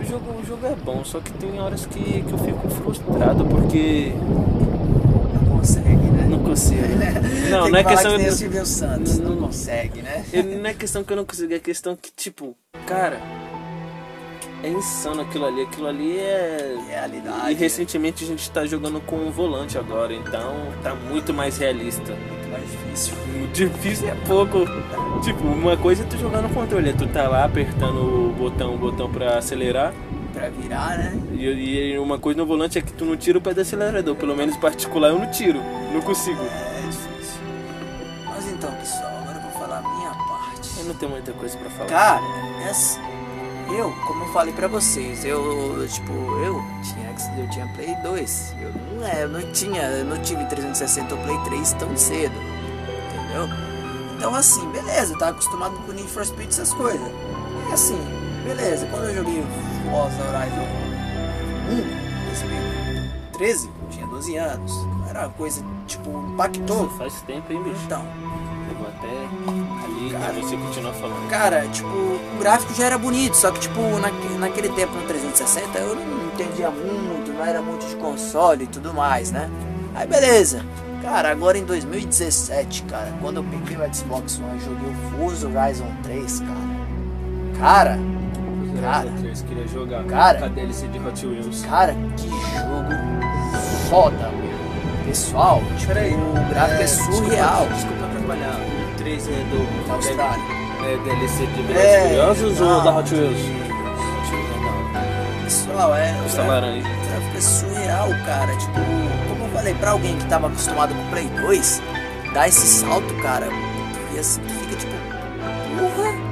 S1: o jogo, o jogo é bom, só que tem horas que, que eu fico frustrado porque
S2: Não consegue, né?
S1: não consigo. Não,
S2: Tem
S1: não é
S2: que falar
S1: questão
S2: que nem o
S1: eu-
S2: Silvio Santos. Não,
S1: Não-
S2: consegue, né?
S1: Eu- não é questão que eu não consegui, é questão que, tipo, cara, é insano aquilo ali. Aquilo ali é.
S2: Realidade.
S1: E recentemente a gente tá jogando com um volante agora, então tá muito mais realista.
S2: Muito É mais difícil.
S1: O Difícil é pouco. Tipo, uma coisa é tu jogar no controle, é tu tá lá apertando o botão, o botão pra acelerar.
S2: Pra virar, né?
S1: E, e uma coisa no volante é que tu não tira o pé do acelerador. Pelo menos particular eu não tiro. Não consigo.
S2: É difícil. Mas então, pessoal, agora eu vou falar a minha parte.
S1: Eu não tenho muita coisa pra falar.
S2: Cara, é assim, eu, como eu falei pra vocês, eu, tipo, eu tinha, X- eu tinha Play 2. Eu não, é, eu não tinha, eu não tive 360 ou Play 3 tão cedo, entendeu? Então, assim, beleza, eu tava acostumado com Need for Speed, essas coisas. E assim, beleza, quando eu joguei Forza Horizon 1, 2013, eu tinha 12 anos. Era uma coisa, tipo, impactou.
S1: Faz tempo, hein, bicho?
S2: Então,
S1: Eu vou até ali pra
S2: Cara.
S1: você continuar falando.
S2: Cara, tipo, o gráfico já era bonito, só que, tipo, naque- naquele tempo no 360 eu não entendia muito, não era muito de console e tudo mais, né? Aí beleza. Cara, agora em 2017, cara, quando eu peguei o Xbox One e joguei o Forza Horizon 3, cara. Cara, Cara.
S1: Eu queria jogar.
S2: Cara.
S1: Com a DLC de Hot Wheels.
S2: cara, que jogo foda, meu. Pessoal, tipo, o gráfico é, surreal.
S1: Desculpa, atrapalhar. O 3 é do
S2: Da Austrália.
S1: É DLC de
S2: É,
S1: Velozes Furiosos ou
S2: não.
S1: da Hot Wheels?
S2: Pessoal, é.
S1: Custa laranja.
S2: Tráfico é surreal, cara. Tipo, como eu falei, pra alguém que tava acostumado com o Play 2, dar esse salto, cara, tu, ia- tu fica tipo, porra,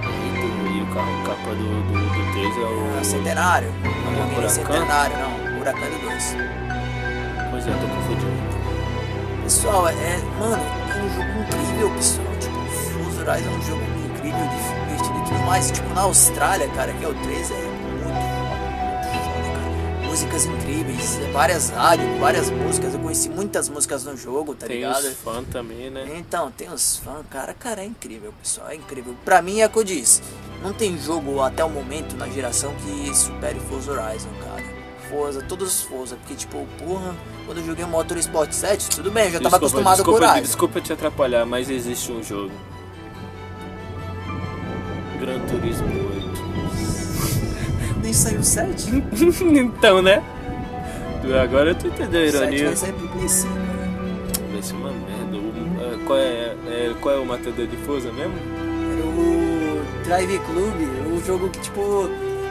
S1: E o carro capa do, do, do 3 é
S2: é um
S1: o.
S2: centenário. Não
S1: Huracan?
S2: é centenário, não. Huracan é do 2.
S1: Pois é, tô confundindo.
S2: Pessoal, é, é- mano, é um jogo incrível, pessoal. Tipo, Forza Horizon é um jogo incrível, divertido e tudo mais. Tipo, na Austrália, cara, que é o 3, é muito foda, cara. Músicas incríveis, é várias rádios, várias músicas. Eu conheci muitas músicas no jogo, tá
S1: Tem
S2: ligado?
S1: os fãs também, né?
S2: Então, tem os fãs, cara, cara, é incrível, pessoal, é incrível. Pra mim é o que eu disse, não tem jogo até o momento na geração que supere Forza Horizon, cara. Forza, todos os Forza, porque tipo, porra, quando eu joguei o Motorsport 7, tudo bem, eu já tava acostumado
S1: desculpa,
S2: com o Horizon.
S1: Desculpa te atrapalhar, mas existe um jogo. Gran Turismo
S2: Nem saiu o 7.
S1: 8. então, né? Tu- Agora tu entendeu a
S2: O 7
S1: ironia.
S2: vai sair pro Play 5.
S1: Vai ser uma merda. O- é, Qual é, é- qual é o matador de força mesmo?
S2: Era o Drive Club, o jogo que tipo...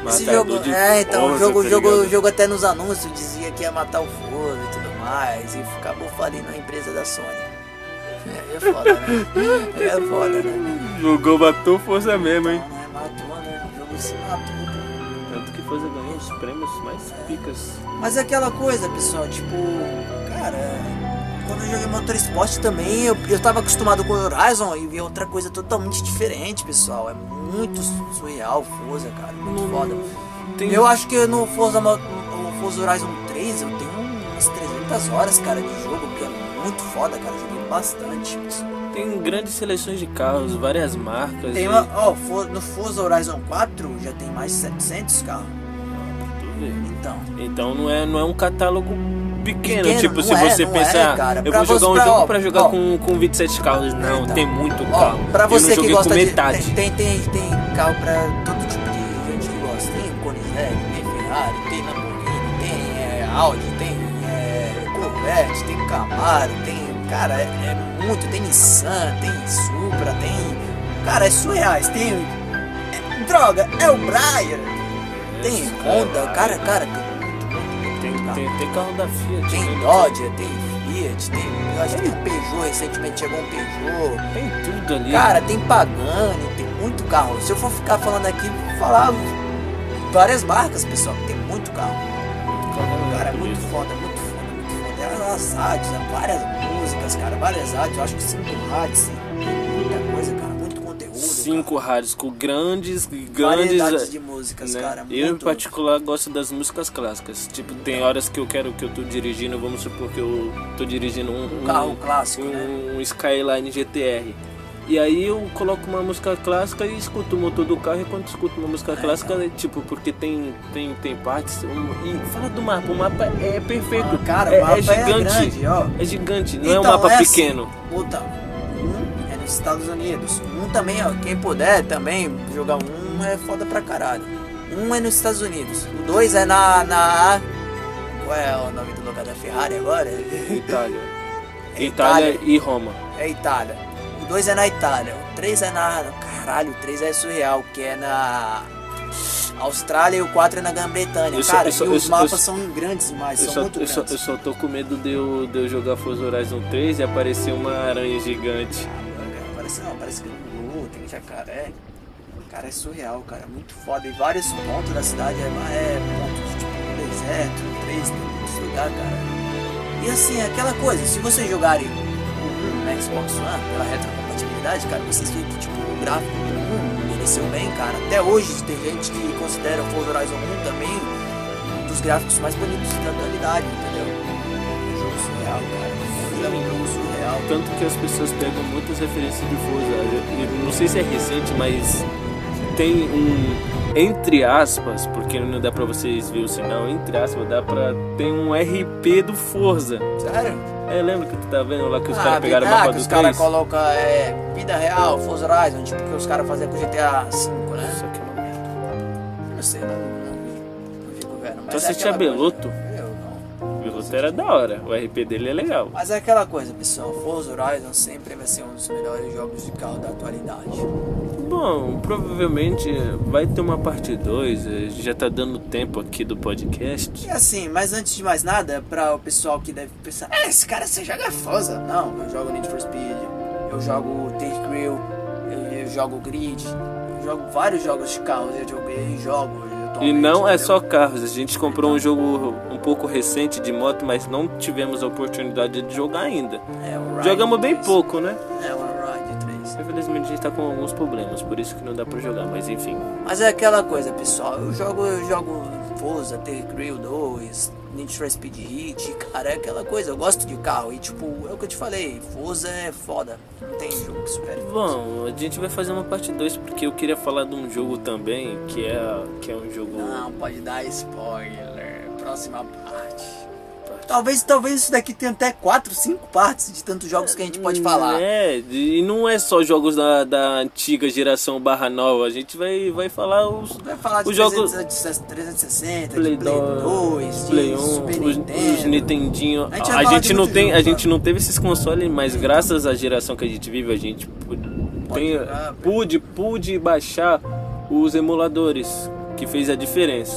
S2: Esse
S1: Matador
S2: jogo,
S1: de
S2: é, então, o
S1: Forza,
S2: jogo,
S1: tá
S2: jogo,
S1: ligado?
S2: jogo até nos anúncios dizia que ia matar o Forza e tudo mais, e acabou falindo a empresa da Sony. É, é foda, né? É foda, né?
S1: Jogou, matou força mesmo, hein?
S2: Não, né? Matou, né? O jogo se matou, né?
S1: Tanto que Forza ganhou os prêmios mais picas.
S2: Mas é aquela coisa, pessoal, tipo, cara, quando eu joguei Motorsport também, eu, eu tava acostumado com o Horizon e vi outra coisa totalmente diferente, pessoal. É muito surreal, Forza, cara, muito foda.
S1: Tem- um-
S2: Eu acho que no Forza, Mo- no Forza Horizon 3 eu tenho umas 300 horas, cara, de jogo, que é muito foda, cara, eu joguei bastante.
S1: Tem grandes seleções de carros, várias marcas.
S2: Tem
S1: e-
S2: uma, ó, For- no Forza Horizon 4 já tem mais de 700 carros,
S1: Tu vê.
S2: então...
S1: Então não é, não é um catálogo pequeno,
S2: Pequeno,
S1: tipo,
S2: não
S1: se
S2: é,
S1: você
S2: não é,
S1: pensar,
S2: cara.
S1: eu
S2: Pra
S1: vou jogar
S2: você-
S1: um
S2: pra-
S1: jogo
S2: ó,
S1: pra jogar
S2: ó.
S1: com, com 27 carros. Não,
S2: Então.
S1: tem muito
S2: Ó,
S1: carro.
S2: pra
S1: Tá. eu não
S2: você que
S1: joguei
S2: gosta
S1: com
S2: de.
S1: metade.
S2: Tem, tem, tem carro pra todo tipo de gente que gosta. Tem Koenigsegg, tem Ferrari, tem Lamborghini, tem é, Audi, tem é, Corvette, tem Camaro, tem. Cara, é, é muito. Tem Nissan, tem Supra, tem. Cara, é surreais. Tem. é- droga, é o Brian. Tem
S1: Esse
S2: Honda, cara,
S1: caralho.
S2: cara, tem muito, muito,
S1: Tem,
S2: muito carro.
S1: tem, tem carro da Fiat.
S2: Tem
S1: né?
S2: Dodge, tem Fiat, tem. Eu acho que tem um Peugeot, recentemente chegou um Peugeot.
S1: Tem tudo ali.
S2: Cara, tem Pagani, tem muito carro. Se eu for ficar falando aqui, vou falar várias marcas, pessoal. Tem muito carro. Cara, é muito foda, muito foda, muito foda. É as rádios, é várias músicas, cara, várias rádios. Eu acho que cinco rádios, tem muita coisa, cara, muito conteúdo.
S1: cinco rares com grandes, grandes.
S2: Variedades de músicas,
S1: né?
S2: cara.
S1: eu em
S2: muito. Hum,
S1: particular gosto das músicas clássicas. Tipo, tem horas que eu quero que eu tô dirigindo, vamos supor que eu tô dirigindo um,
S2: Um carro clássico,
S1: um,
S2: né?
S1: um Skyline GTR. E aí eu coloco uma música clássica e escuto o motor do carro e quando escuto uma música clássica,
S2: então.
S1: é, tipo, porque tem, tem, tem partes. um- e fala do mapa, o mapa é perfeito.
S2: Ah, cara, o
S1: é,
S2: mapa é
S1: gigante.
S2: grande, ó.
S1: É gigante, não é
S2: Então,
S1: um mapa
S2: assim,
S1: pequeno.
S2: puta, um é nos Estados Unidos. Um também, ó, quem puder também jogar um é foda pra caralho. Um é nos Estados Unidos. O dois é na. na... Qual é o nome do lugar da Ferrari agora?
S1: Itália.
S2: É
S1: Itália,
S2: Itália.
S1: e Roma.
S2: É Itália. O dois é na Itália. O três é na. Caralho, o três é surreal, que é na. Austrália e o quatro é na Grã-Bretanha.
S1: Eu só-
S2: Cara,
S1: eu só-
S2: e os
S1: eu só-
S2: mapas
S1: eu só-
S2: são grandes demais,
S1: Eu
S2: são
S1: só,
S2: muito
S1: eu,
S2: grandes.
S1: só, eu só tô com medo de eu, de eu jogar Forza Horizon 3 e aparecer uma aranha gigante.
S2: Parece, não, parece que uh, tem jacaré. Cara, é surreal, cara. é Muito foda. E vários pontos da cidade é, é pontos tipo no deserto, três, tem muitos lugares, cara. E assim, aquela coisa, se vocês jogarem o um na Xbox One, pela retrocompatibilidade, cara, vocês veem que tipo, o gráfico do um envelheceu bem, cara. Até hoje tem gente que considera o Forza Horizon 1 também um dos gráficos mais bonitos da atualidade, entendeu? Um jogo surreal, cara. É um jogo surreal.
S1: Tanto que as pessoas pegam muitas referências de Forza. Eu- eu não sei se é recente, mas tem um. Entre aspas, porque não dá pra vocês ver o sinal, entre aspas, dá pra. Tem um RP do Forza.
S2: Sério?
S1: É, lembra que tu tá vendo lá que os
S2: Ah,
S1: caras pegaram o
S2: vida-
S1: mapa
S2: ah, que
S1: do
S2: os caras
S1: 3?
S2: colocam é, vida real, Forza Horizon, tipo que os caras faziam com GTA V, né?
S1: Só que não.
S2: Não sei, não, não, não fico vendo. Mas
S1: Então você
S2: é
S1: tinha
S2: aquela coisa.
S1: Beloto?
S2: Eu não.
S1: Piloto era da hora, o RP dele é legal.
S2: Mas é aquela coisa, pessoal, Forza Horizon sempre vai ser um dos melhores jogos de carro da atualidade.
S1: Bom, provavelmente vai ter uma parte 2, já tá dando tempo aqui do podcast.
S2: E assim, mas antes de mais nada, pra o pessoal que deve pensar, é, esse cara você joga Forza. Não, eu jogo Need for Speed, eu jogo Take Grill, eu, eu jogo Grid, eu jogo vários jogos de carros, eu joguei jogos.
S1: E
S2: atualmente,
S1: não é
S2: entendeu?
S1: só carros, a gente comprou um jogo um pouco recente de moto, mas não tivemos a oportunidade de jogar ainda.
S2: É, o Ride
S1: Jogamos bem
S2: 3.
S1: pouco, né?
S2: É, o Ride 3.
S1: Infelizmente a gente tá com alguns problemas, por isso que não dá pra jogar, mas enfim.
S2: Mas é aquela coisa, pessoal. Eu jogo, eu jogo Forza, Terry Grill 2, Need for Speed Heat. Cara, é aquela coisa. Eu gosto de carro. E, tipo, é o que eu te falei. Forza é foda. Não tem jogo que supere. Forza.
S1: Bom, a gente vai fazer uma parte 2 porque eu queria falar de um jogo também, que é, que é um jogo.
S2: Não, pode dar spoiler. Próxima parte. Talvez, talvez isso daqui tenha até 4, 5 partes de tantos jogos que a gente pode falar.
S1: É, e não é só jogos da, da antiga geração barra nova, a gente vai, vai falar os,
S2: Vai falar de
S1: os jogos
S2: 360, 360,
S1: Play
S2: de Play 2,
S1: 2,
S2: de
S1: Play 1,
S2: Super
S1: os,
S2: Nintendo.
S1: os Nintendinho.
S2: A gente vai
S1: A,
S2: falar
S1: gente
S2: de
S1: não
S2: muito
S1: tem,
S2: jogo,
S1: a
S2: cara.
S1: gente não teve esses consoles, mas graças à geração que a gente vive, a gente pu- tem, eh,
S2: jogar,
S1: pude, pude baixar os emuladores, que fez a diferença.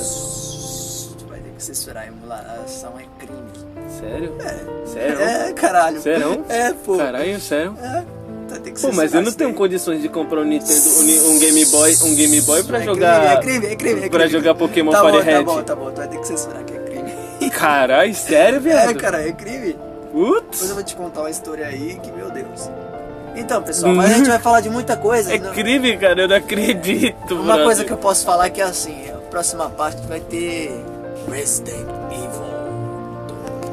S2: Tu vai ter que censurar, emulação é crime.
S1: Sério?
S2: É.
S1: Sério?
S2: É, caralho.
S1: Sério?
S2: É, pô.
S1: Caralho, sério?
S2: É. Tu vai ter que
S1: Pô, mas eu não tenho
S2: coisa
S1: condições de comprar um Nintendo, um Ni- um Game Boy, um Game Boy pra
S2: é
S1: jogar.
S2: Crime, é crime, é crime. É crime.
S1: pra jogar Pokémon
S2: tá bom,
S1: Fire Red.
S2: Tá bom, tá bom. Tu vai ter que censurar que é crime.
S1: Caralho, sério, viado?
S2: É, cara, é crime. Depois
S1: Putz.
S2: eu vou te contar uma história aí que, meu Deus. Então, pessoal, mas a gente vai falar de muita coisa.
S1: Uhum. É
S2: não-
S1: crime, cara, eu não acredito,
S2: Uma
S1: brother.
S2: coisa que eu posso falar é que é assim, a próxima parte vai ter Resident Evil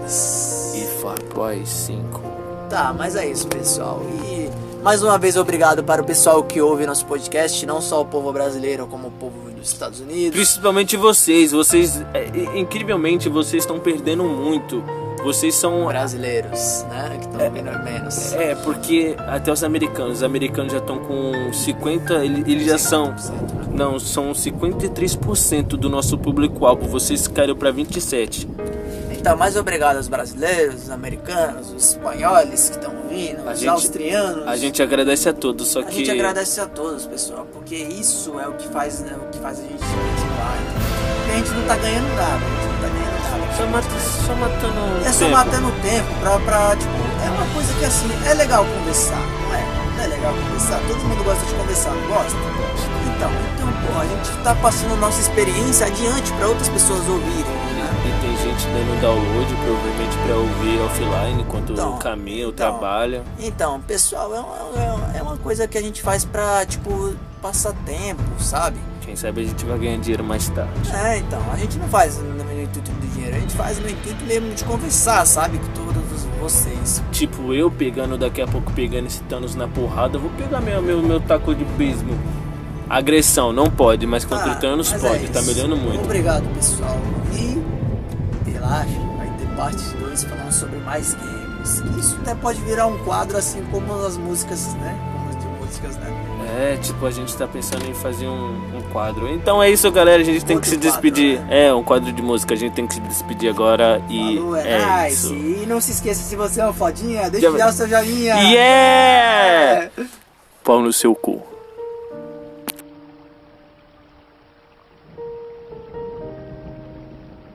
S2: 2.
S1: E Far Boy 5.
S2: Tá, mas é isso, pessoal. E mais uma vez, obrigado para o pessoal que ouve nosso podcast, não só o povo brasileiro, como o povo dos Estados Unidos.
S1: Principalmente vocês, vocês, é, é, incrivelmente, vocês estão perdendo muito. Vocês são.
S2: Brasileiros, né? Que estão ouvindo menos.
S1: É, porque até os americanos, os americanos já estão com 50, ele- eles já são.
S2: 50%, né?
S1: Não, são 53% do nosso público-alvo. Vocês caíram pra 27.
S2: Então, mais obrigado aos brasileiros, os americanos, os espanhóis que estão ouvindo,
S1: A
S2: os
S1: gente-
S2: austrianos.
S1: A gente agradece a todos, só
S2: A
S1: que.
S2: gente agradece a todos, pessoal, porque isso é o que faz, né, o que faz a gente continuar. entendeu? Porque a gente não tá ganhando nada, a gente não tá ganhando nada.
S1: Só, mata, só matando.
S2: É só
S1: tempo.
S2: matando o tempo pra, pra, tipo, é uma coisa que assim, é legal conversar, não é? Não é legal conversar, todo mundo gosta de conversar, não gosta? Então, então, pô, a gente tá passando nossa experiência adiante pra outras pessoas ouvirem, né?
S1: E tem gente dando download, provavelmente pra ouvir offline enquanto
S2: Então,
S1: caminha ou
S2: então.
S1: trabalha.
S2: Então, pessoal, é uma, é uma- é uma coisa que a gente faz pra, tipo, passar tempo, sabe?
S1: Quem sabe a gente vai ganhar dinheiro mais tarde.
S2: É, então, a gente não faz no no intuito do dinheiro, a gente faz no intuito mesmo de conversar, sabe? Com todos vocês.
S1: Tipo, eu pegando, daqui a pouco pegando esse Thanos na porrada, eu vou pegar meu, meu, meu taco de beisebol. Agressão, não pode, mas contra o Thanos
S2: mas
S1: pode,
S2: é
S1: tá
S2: isso.
S1: me olhando muito.
S2: Obrigado, pessoal. E relaxa, vai ter parte 2 falando sobre mais games. Isso até pode virar um quadro assim como as músicas, né? Como as de músicas, né?
S1: É, tipo, a gente tá pensando em fazer um, um quadro. Então é isso, galera, a gente tem que
S2: Outro
S1: se
S2: quadro, né?
S1: despedir. É, um quadro de música, a gente tem que se despedir agora e
S2: Falou, é,
S1: é
S2: nice.
S1: isso.
S2: E não se esqueça, se você é uma fodinha, deixa
S1: Já-
S2: eu dar o seu joinha.
S1: Yeah! Pau no seu cu.